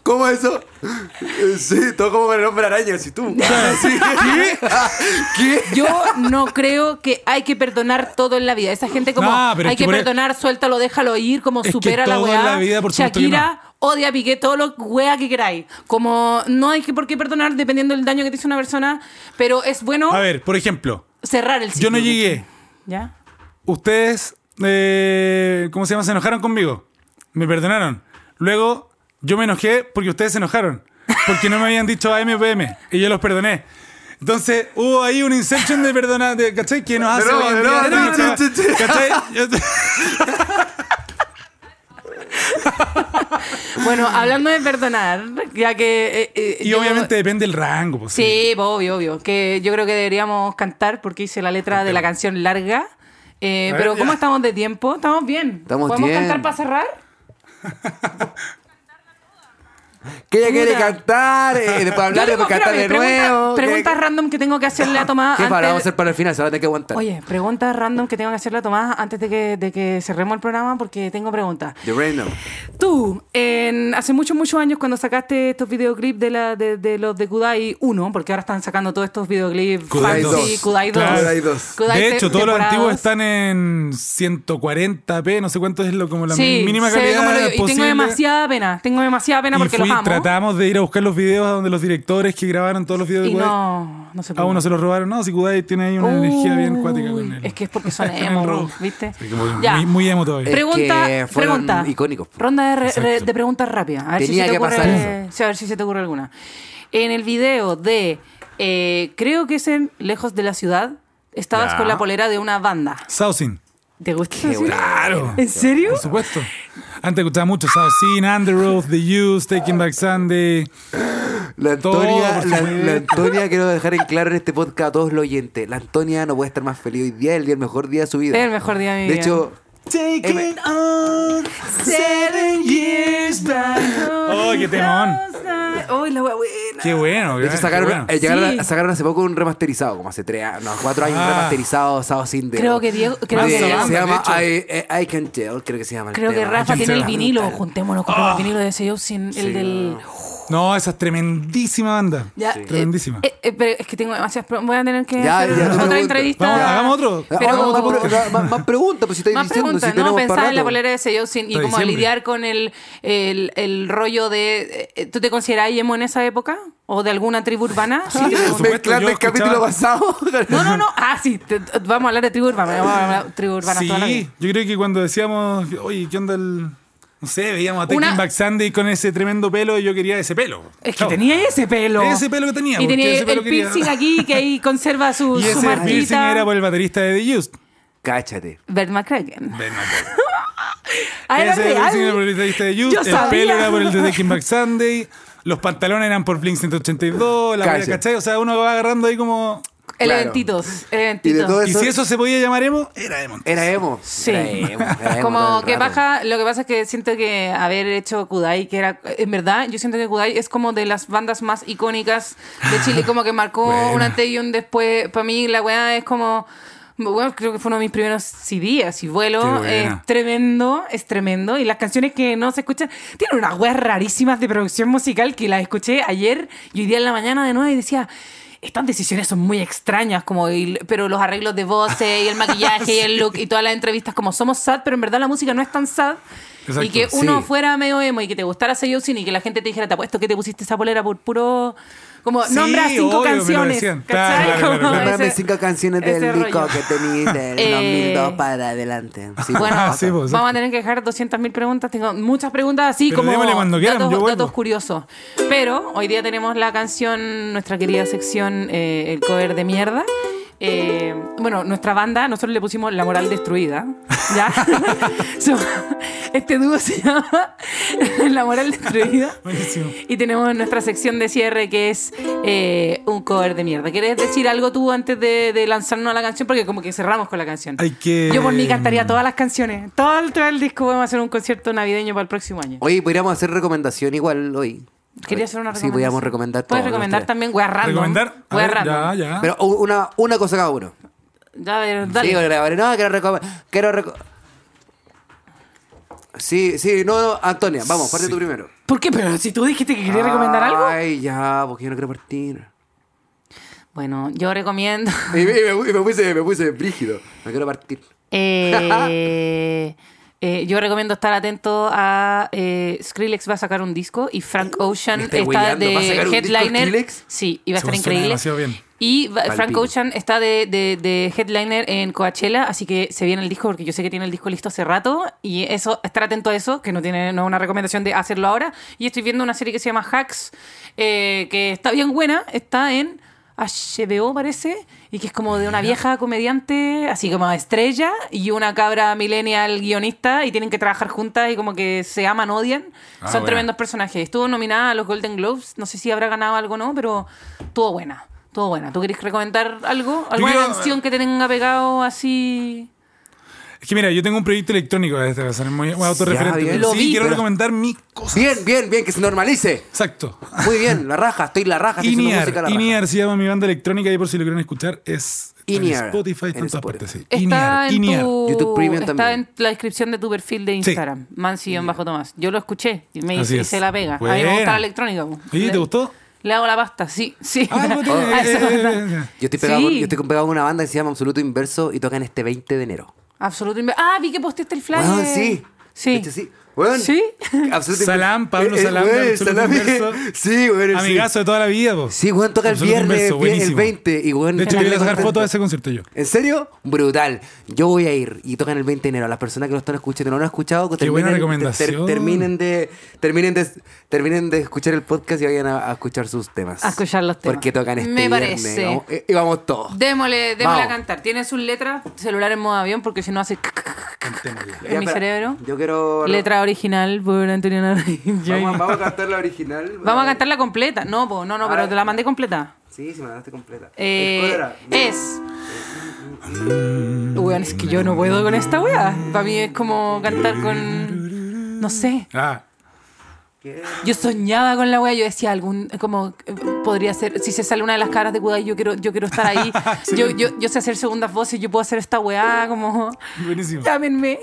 ¿Cómo eso? Eh, Sí, todo como con el hombre araña, si tú. Sí. ¿Qué?
Yo no creo que hay que perdonar todo en la vida. Esa gente como
No, pero es
hay
que
que,
por- e-".
perdonar, suéltalo, déjalo ir, como
Es que
supera la
todo en
weá.
la vida, por supuesto que
Shakira odia a Piqué todo lo weá que queráis. Como no hay que por qué perdonar dependiendo del daño que te hizo una persona, pero es bueno
A ver, por ejemplo,
cerrar el ciclo.
yo no llegué.
¿Ya?
Ustedes, eh, ¿cómo se llama? Se enojaron conmigo. Me perdonaron. Luego, yo me enojé porque ustedes se enojaron. Porque no me habían dicho AM o PM. Y yo los perdoné. Entonces, hubo ahí un inception de perdonar, de, ¿cachai? Que nos hace.
nuevo,
hoy en
de
día
nuevo,
esta
de nuevo,
chava, ¿Cachai? Yo-
Bueno, hablando de perdonar, ya que eh, eh,
Y
yo-
obviamente depende del rango. pues,
Sí, pues, obvio, obvio. Que yo creo que deberíamos cantar porque hice la letra de la canción larga. Eh,
A ver,
pero
ya.
¿cómo estamos de tiempo? ¿Estamos bien?
Estamos
¿Podemos
bien.
cantar para cerrar?
Que ella quiere
Puta.
cantar, eh, después
Yo
hablar,
tengo-
después cantar de
espérame, pregunta-
nuevo.
Preguntas
¿Qué-
random que tengo que hacerle a Tomás
¿Qué
antes...
para? Vamos a hacer para el final, se va a tener que aguantar.
Oye, preguntas random que tengo que hacerle a Tomás antes de que, de que cerremos el programa porque tengo preguntas.
The Random.
Tú, en- hace muchos, muchos años cuando sacaste estos videoclips de, la, de, de los de Kudai 1, porque ahora están sacando todos estos videoclips
Kudai
fancy,
2.
Kudai 2.
Claro.
Kudai 2.
Kudai
de
te-
hecho, todos los
temporada
antiguos
2.
están en 140p, no sé cuánto es lo como la
Sí,
mínima
sé
calidad
cómo lo digo. Y
posible.
tengo demasiada pena, tengo demasiada pena
Y
porque
fui-
los amo.
tratamos de ir a buscar los videos a donde los directores que grabaron todos los videos
y
de Kudai.
no, no se
A uno se los robaron. No, si Kudai tiene ahí una energía bien cuática con
Uy,
él.
Es que es porque son
Con el
emo,
robo.
¿viste?
Sí, como
Ya.
Muy, muy emo todavía.
Eh,
Pregunta,
que fueron
pregunta.
icónicos.
Ronda de, re-
Exacto.
re- de preguntas rápidas. A ver, si
Tenía
se te
que
ocurre,
pasar
sí, a ver si se te ocurre alguna. En el video de, eh, creo que es en Lejos de la Ciudad, estabas
Ya.
con la polera de una banda.
Saucin.
¿Te gusta?
Qué
decir?
buena.
Claro.
¿En serio?
Por supuesto. Antes escuchaba mucho Saucin, Underoath, The Used, Taking Back Sunday.
La
Todo,
Antonia,
por
la,
supuesto.
la Antonia, quiero dejar en claro en este podcast a todos los oyentes. La Antonia no puede estar más feliz hoy día, el día el mejor día de su vida.
Es el mejor día de mi
De
vida.
hecho,
Taking
Eh,
it
on seven years Oh, qué temón.
¡Ay, la wea buena!
Qué bueno.
de hecho,
Ah, qué
sacaron,
bueno.
eh, llegaron a-
Sí.
sacaron hace poco un remasterizado, como hace tres años, no, cuatro años, un
Ah.
remasterizado, Sao Sin de-
Creo que Diego, creo
Manso,
que,
manso.
Se llama
de
I, eh, I- I Can Tell, creo que se llama. el
creo que
tema.
Rafa
Ay,
tiene el
qué
vinilo.
brutal.
Juntémonos, compremos el vinilo de ese yo sin el del.
Ah. No, esa es tremendísima banda.
Ya,
Tremendísima.
eh, eh, pero es que tengo demasiadas preguntas. Voy a tener que
Ya,
hacer
ya,
otra
tu pregunta.
entrevista.
Vamos, hagamos otro.
Ah,
Pero-
ahora otra pre- la- más, más preguntas, pues si estáis
Más
diciendo,
preguntas,
si
¿no?
tenemos para
Pensaba en la
rato.
polera de Seyosin y
Hasta
cómo
diciembre.
lidiar con el, el, el rollo de... eh, ¿Tú te considerás emo en esa época? ¿O de alguna tribu urbana? Sí, te pregunto.
supuesto,
Mezclando
yo
el capítulo pasado.
no, no, no. Ah, sí. te- vamos a hablar de tribu urbana. Vamos a hablar de tribu urbana
Sí,
toda la vida.
yo creo que cuando decíamos, oye, ¿qué onda el, No sé, veíamos a Taking
Una-
Back Sunday con ese tremendo pelo y yo quería ese pelo.
Es que
Chao.
tenía ese pelo.
Ese pelo que tenía,
Y
porque
tenía
ese pelo
el
quería.
piercing aquí que ahí conserva su,
Y
su
ese
marquita.
piercing era por el baterista de The Used.
Cáchate.
Bert McCracken.
Ben McCoy.
Ah, era
Ese
real.
era el baterista de Youth,
Yo
el
sabía.
pelo era por el de Taking Back Sunday, los pantalones eran por Blink 182, la
Cállate.
wea, ¿cachai? O sea, uno va agarrando ahí como...
Eleventitos. Eleventitos.
Y de todo
Y
Eso-
si eso se podía llamar emo, era emo.
Era emo.
Sí.
Era emo, era emo todo
como
el
que
rato.
baja, lo que pasa es que siento que haber hecho Kudai, que era, en verdad, yo siento que Kudai es como de las bandas más icónicas de Chile, como que marcó
Buena.
un antes y un después. Para mí, la weá es como, bueno, creo que fue uno de mis primeros CD, así
Qué
vuelo.
buena.
Es tremendo, es tremendo. Y las canciones que no se escuchan, tienen unas weas rarísimas de producción musical que las escuché ayer y hoy día en la mañana de nuevo y decía. Estas decisiones son muy extrañas, como y- pero los arreglos de voces y el maquillaje y el look y todas las entrevistas, como somos sad, pero en verdad la música no es tan sad.
Exacto.
y que uno
Sí.
fuera medio emo y que te gustara Say Sin y que la gente te dijera, te apuesto que te pusiste esa polera por puro. Como
Sí,
nombra cinco
obvio, me lo
canciones.
decían.
¿cachai?
Claro, claro, claro,
Como
claro.
Dame
ese-
cinco canciones
ese
del disco
rollo.
que tenía del
Eh,
2002 para adelante. Sí,
Bueno,
Sí, pues,
vamos
exacto.
a tener que dejar 200.000 preguntas. Tengo muchas preguntas así
Pero
como
démosle cuando quieran, yo pues.
datos,
vuelvo.
datos curiosos. Pero hoy día tenemos la canción, nuestra querida sección, eh, el cover de mierda. Eh, bueno, nuestra banda, nosotros le pusimos La Moral Destruida. ¿ya? So, este dúo se llama La Moral Destruida.
Buenísimo.
Y tenemos nuestra sección de cierre que es eh, un cover de mierda. ¿Quieres decir algo tú antes de, de lanzarnos a la canción? Porque como que cerramos con la canción.
Hay que-
Yo por mí cantaría todas las canciones. Todo el, todo el disco vamos a hacer un concierto navideño para el próximo año.
Oye, podríamos hacer recomendación igual hoy.
Quería hacer una recomendación.
Sí, podríamos recomendar
Puedes
todo,
recomendar
nuestra-
también Weas Random.
¿Recomendar? A
Weas
ver,
Random.
ya, ya.
Pero u- una, una cosa cada uno.
Ya, a ver,
Sí,
dale.
ahora, no, quiero recomendar. Quiero reco- Sí, sí, no, no, Antonia, vamos, parte tú primero.
¿Por qué? Pero si tú dijiste que
Ah.
querías recomendar algo.
Ay, ya, porque yo no quiero partir.
Bueno, yo recomiendo...
Y, me, y me- y me puse, me puse brígido. No quiero partir.
Eh, eh, yo recomiendo estar atento a eh, Skrillex va a sacar un disco y Frank
Eh,
Ocean
me estáis
está
hueveando,
de
¿va a sacar un disco
headliner.
Skrillex?
sí, y va a
Se
estar
me suena
increíble.
demasiado bien.
Y va- Frank
Palpico.
Ocean está de, de- de headliner en Coachella, así que se viene el disco porque yo sé que tiene el disco listo hace rato y eso estar atento a eso, que no tiene no es una recomendación de hacerlo ahora. Y estoy viendo una serie que se llama Hacks, eh, que está bien buena, está en HBO parece, y que es como de una vieja comediante, así como estrella, y una cabra millennial guionista, y tienen que trabajar juntas y como que se aman, odian.
Ah,
Son
buena.
tremendos personajes. Estuvo nominada a los Golden Globes, no sé si habrá ganado algo o no, pero estuvo buena. Estuvo buena. ¿Tú querés recomendar algo? ¿Alguna
quiero-
canción que te tenga pegado así?
Es que mira, yo tengo un proyecto electrónico de este, va a ser muy muy
Ya,
autorreferente.
bien.
Sí,
Lo vi,
quiero
pero-
recomendar mi cosa.
Bien, bien, bien, que se normalice.
Exacto.
Muy bien, la raja, estoy la raja, estoy haciendo música a
Inear,
la raja.
Inear se llama mi banda electrónica y por si lo quieren escuchar es
Inear,
en Spotify, está
en
en todas
Spotify.
partes. sí.
Está,
Inear,
en,
Inear.
tu,
YouTube Premium
está
también.
en la descripción de tu perfil de Instagram, bajo Tomás. Yo lo escuché y me
Así
hice,
es.
hice la pega. A mí me
Buena.
gusta la electrónica. po.
¿Y
Le-
te gustó?
Le hago la pasta, sí, sí.
Ah, no, tiene-
A esa
eh, eh,
banda.
eh, eh.
Yo estoy, pegado,
Sí.
yo estoy pegado con una banda que se llama Absoluto Inverso y tocan este 20 de enero.
Absoluto inve- Ah, vi que posteaste el flyer.
Weón, Ah, sí. De
Sí.
hecho, sí. Weón,
Sí.
Absoluto
Salam,
Inverso.
Pablo Salam,
weón,
de Absoluto
Eh, Salam.
Inverso.
Sí, weón. sí.
Amigazo de toda la vida, po.
Sí, weón, toca el
Absoluto
viernes,
Inverso,
bien, el
buenísimo.
20. Y, weón,
De hecho,
estoy
quería sacar
contento.
fotos de ese concierto yo.
¿En serio? Brutal. Yo voy a ir y tocan el 20 de enero. A las personas que lo están escuchando, no lo han escuchado, que
Qué buena recomendación.
terminen, de, terminen, de, terminen de escuchar el podcast y vayan a, a escuchar sus temas.
A escuchar los temas.
Porque tocan este
Me
viernes.
parece.
Vamos- eh, y vamos todos.
Démosle, démosle
Vamos.
a cantar. Tiene sus letras, celular en modo avión, porque si no hace en
Ya,
mi
espera.
cerebro.
Yo quiero.
Letra original por Antonio
Vamos,
Vamos,
vamos a cantar la original.
vamos a cantarla completa. No, po, no, no, pero te la mandé completa.
Sí, sí, me la daste completa.
Eh,
El Mm. cólera.
es. Weón, es que yo no puedo con esta weá. Para mí es como cantar con. No sé.
Ah,
Yo soñaba con la wea, yo decía algún como eh, podría ser si se sale una de las caras de Kudai, yo quiero yo quiero estar ahí. yo, yo, yo sé hacer segundas voces, yo puedo hacer esta weá como
buenísimo.
llámenme.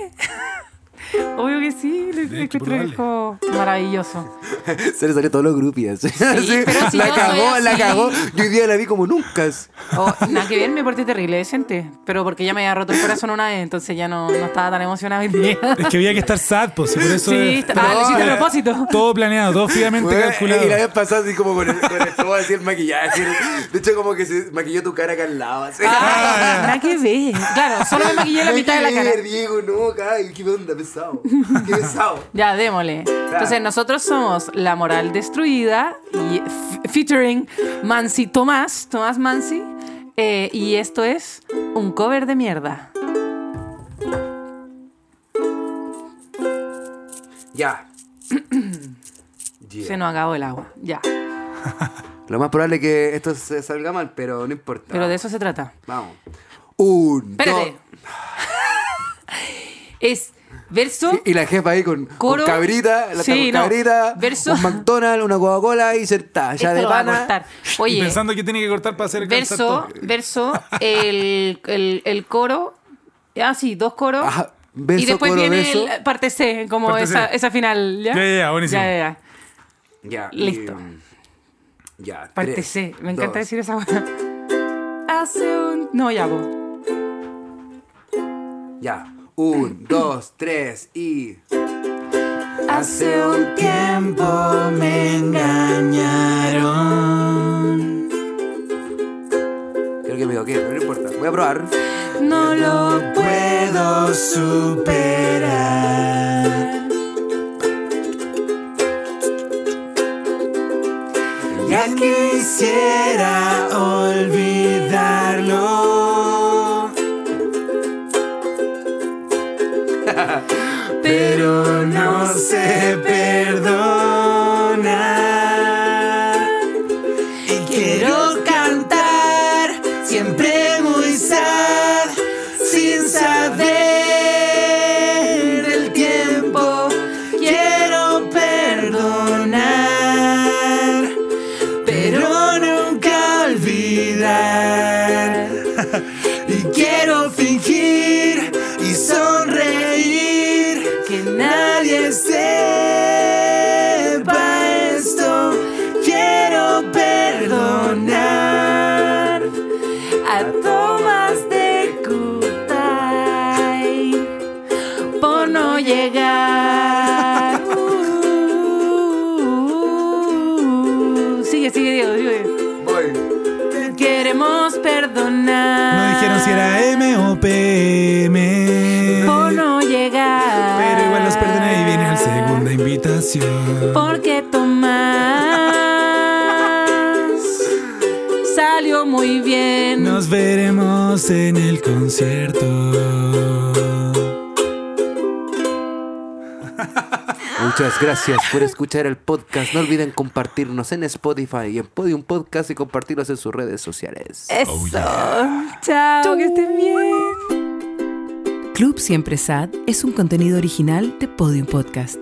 Obvio que sí, lo
hecho,
encuentro
puro vale.
como maravilloso.
Se le salió todos los grupias.
pero si
la
yo soy
cagó, la
así.
cagó. Yo hoy día la vi como nunca.
Oh, nada que bien, me porté terrible decente, pero porque ya me había roto el corazón una vez, entonces ya no, no estaba tan emocionada hoy día.
Es que había que estar sad, po. si por eso.
Sí,
es-
está- ah, lo hiciste a
era
propósito.
Todo planeado, todo fríamente
Bueno,
calculado.
Y la vez pasada así como con el, con el todo así el maquillaje. De hecho, como que se maquilló tu cara acá al lado. Así.
Ah, nada que ver. Claro, Ah, solo me maquillé la
Hay
mitad de
que
la cara.
ver, Diego, no, ay, ¿qué onda? pesado. Qué pesado.
Ya, démosle. Entonces, nosotros somos La Moral Destruida y f- featuring Mansi Tomás, Tomás Mansi. eh, y esto es un cover de mierda.
Ya. Yeah.
Se nos acabó el agua. Ya.
Lo más probable es que esto se salga mal, pero no importa.
Pero de eso se trata.
Vamos. Un,
Espérate.
dos.
es verso.
Y la jefa ahí con, con
Coro.
cabrita, la
Sí,
con
no.
cabrita,
Verso.
un McDonald's, una Coca-Cola y sentada, ya
Esto
de
lo va a
pana.
cortar.
Y
Oye,
pensando que tiene que cortar para hacer el
verso,
calzatón.
verso, el, el, el coro. Ah, sí, dos coros.
Ajá, verso,
y después
coro,
viene
verso.
el parte C, como
Parte C.
esa, esa final. ¿ya?
Ya, ya, ya, buenísimo.
Ya, ya, ya.
Ya.
Listo.
y, mm, ya.
Parte
tres,
C. Me encanta
dos.
decir esa cosa. Hace un. No, ya, vos.
Ya. Un, dos, tres y.
Hace un
tiempo me engañaron.
Creo que me equivoqué, pero no importa. Voy a probar.
No lo
Puedo superar. Ya quisiera olvidarlo. Pero no se perdona. Y quiero cantar siempre muy sad, sin saber el tiempo. Quiero perdonar, pero nunca olvidar. Y quiero fingir y sonreír que nadie sepa esto. Quiero perdonar.
a tomas de Kutay por no llegar. Uh, uh, uh. Sigue, sigue, Diego. sigue.
Voy.
Te Queremos perdonar.
No dijeron si era M o PM.
Por Oh, no llegar.
Pero igual los perdoné y viene al segunda invitación.
Porque Tomás salió muy bien.
Nos veremos en el concierto.
Muchas gracias por escuchar el podcast. No olviden compartirnos en Spotify y en Podium Podcast y compartirnos en sus redes sociales.
Eso. Chao, que estén bien.
Club Siempre Sad es un contenido original de Podium Podcast.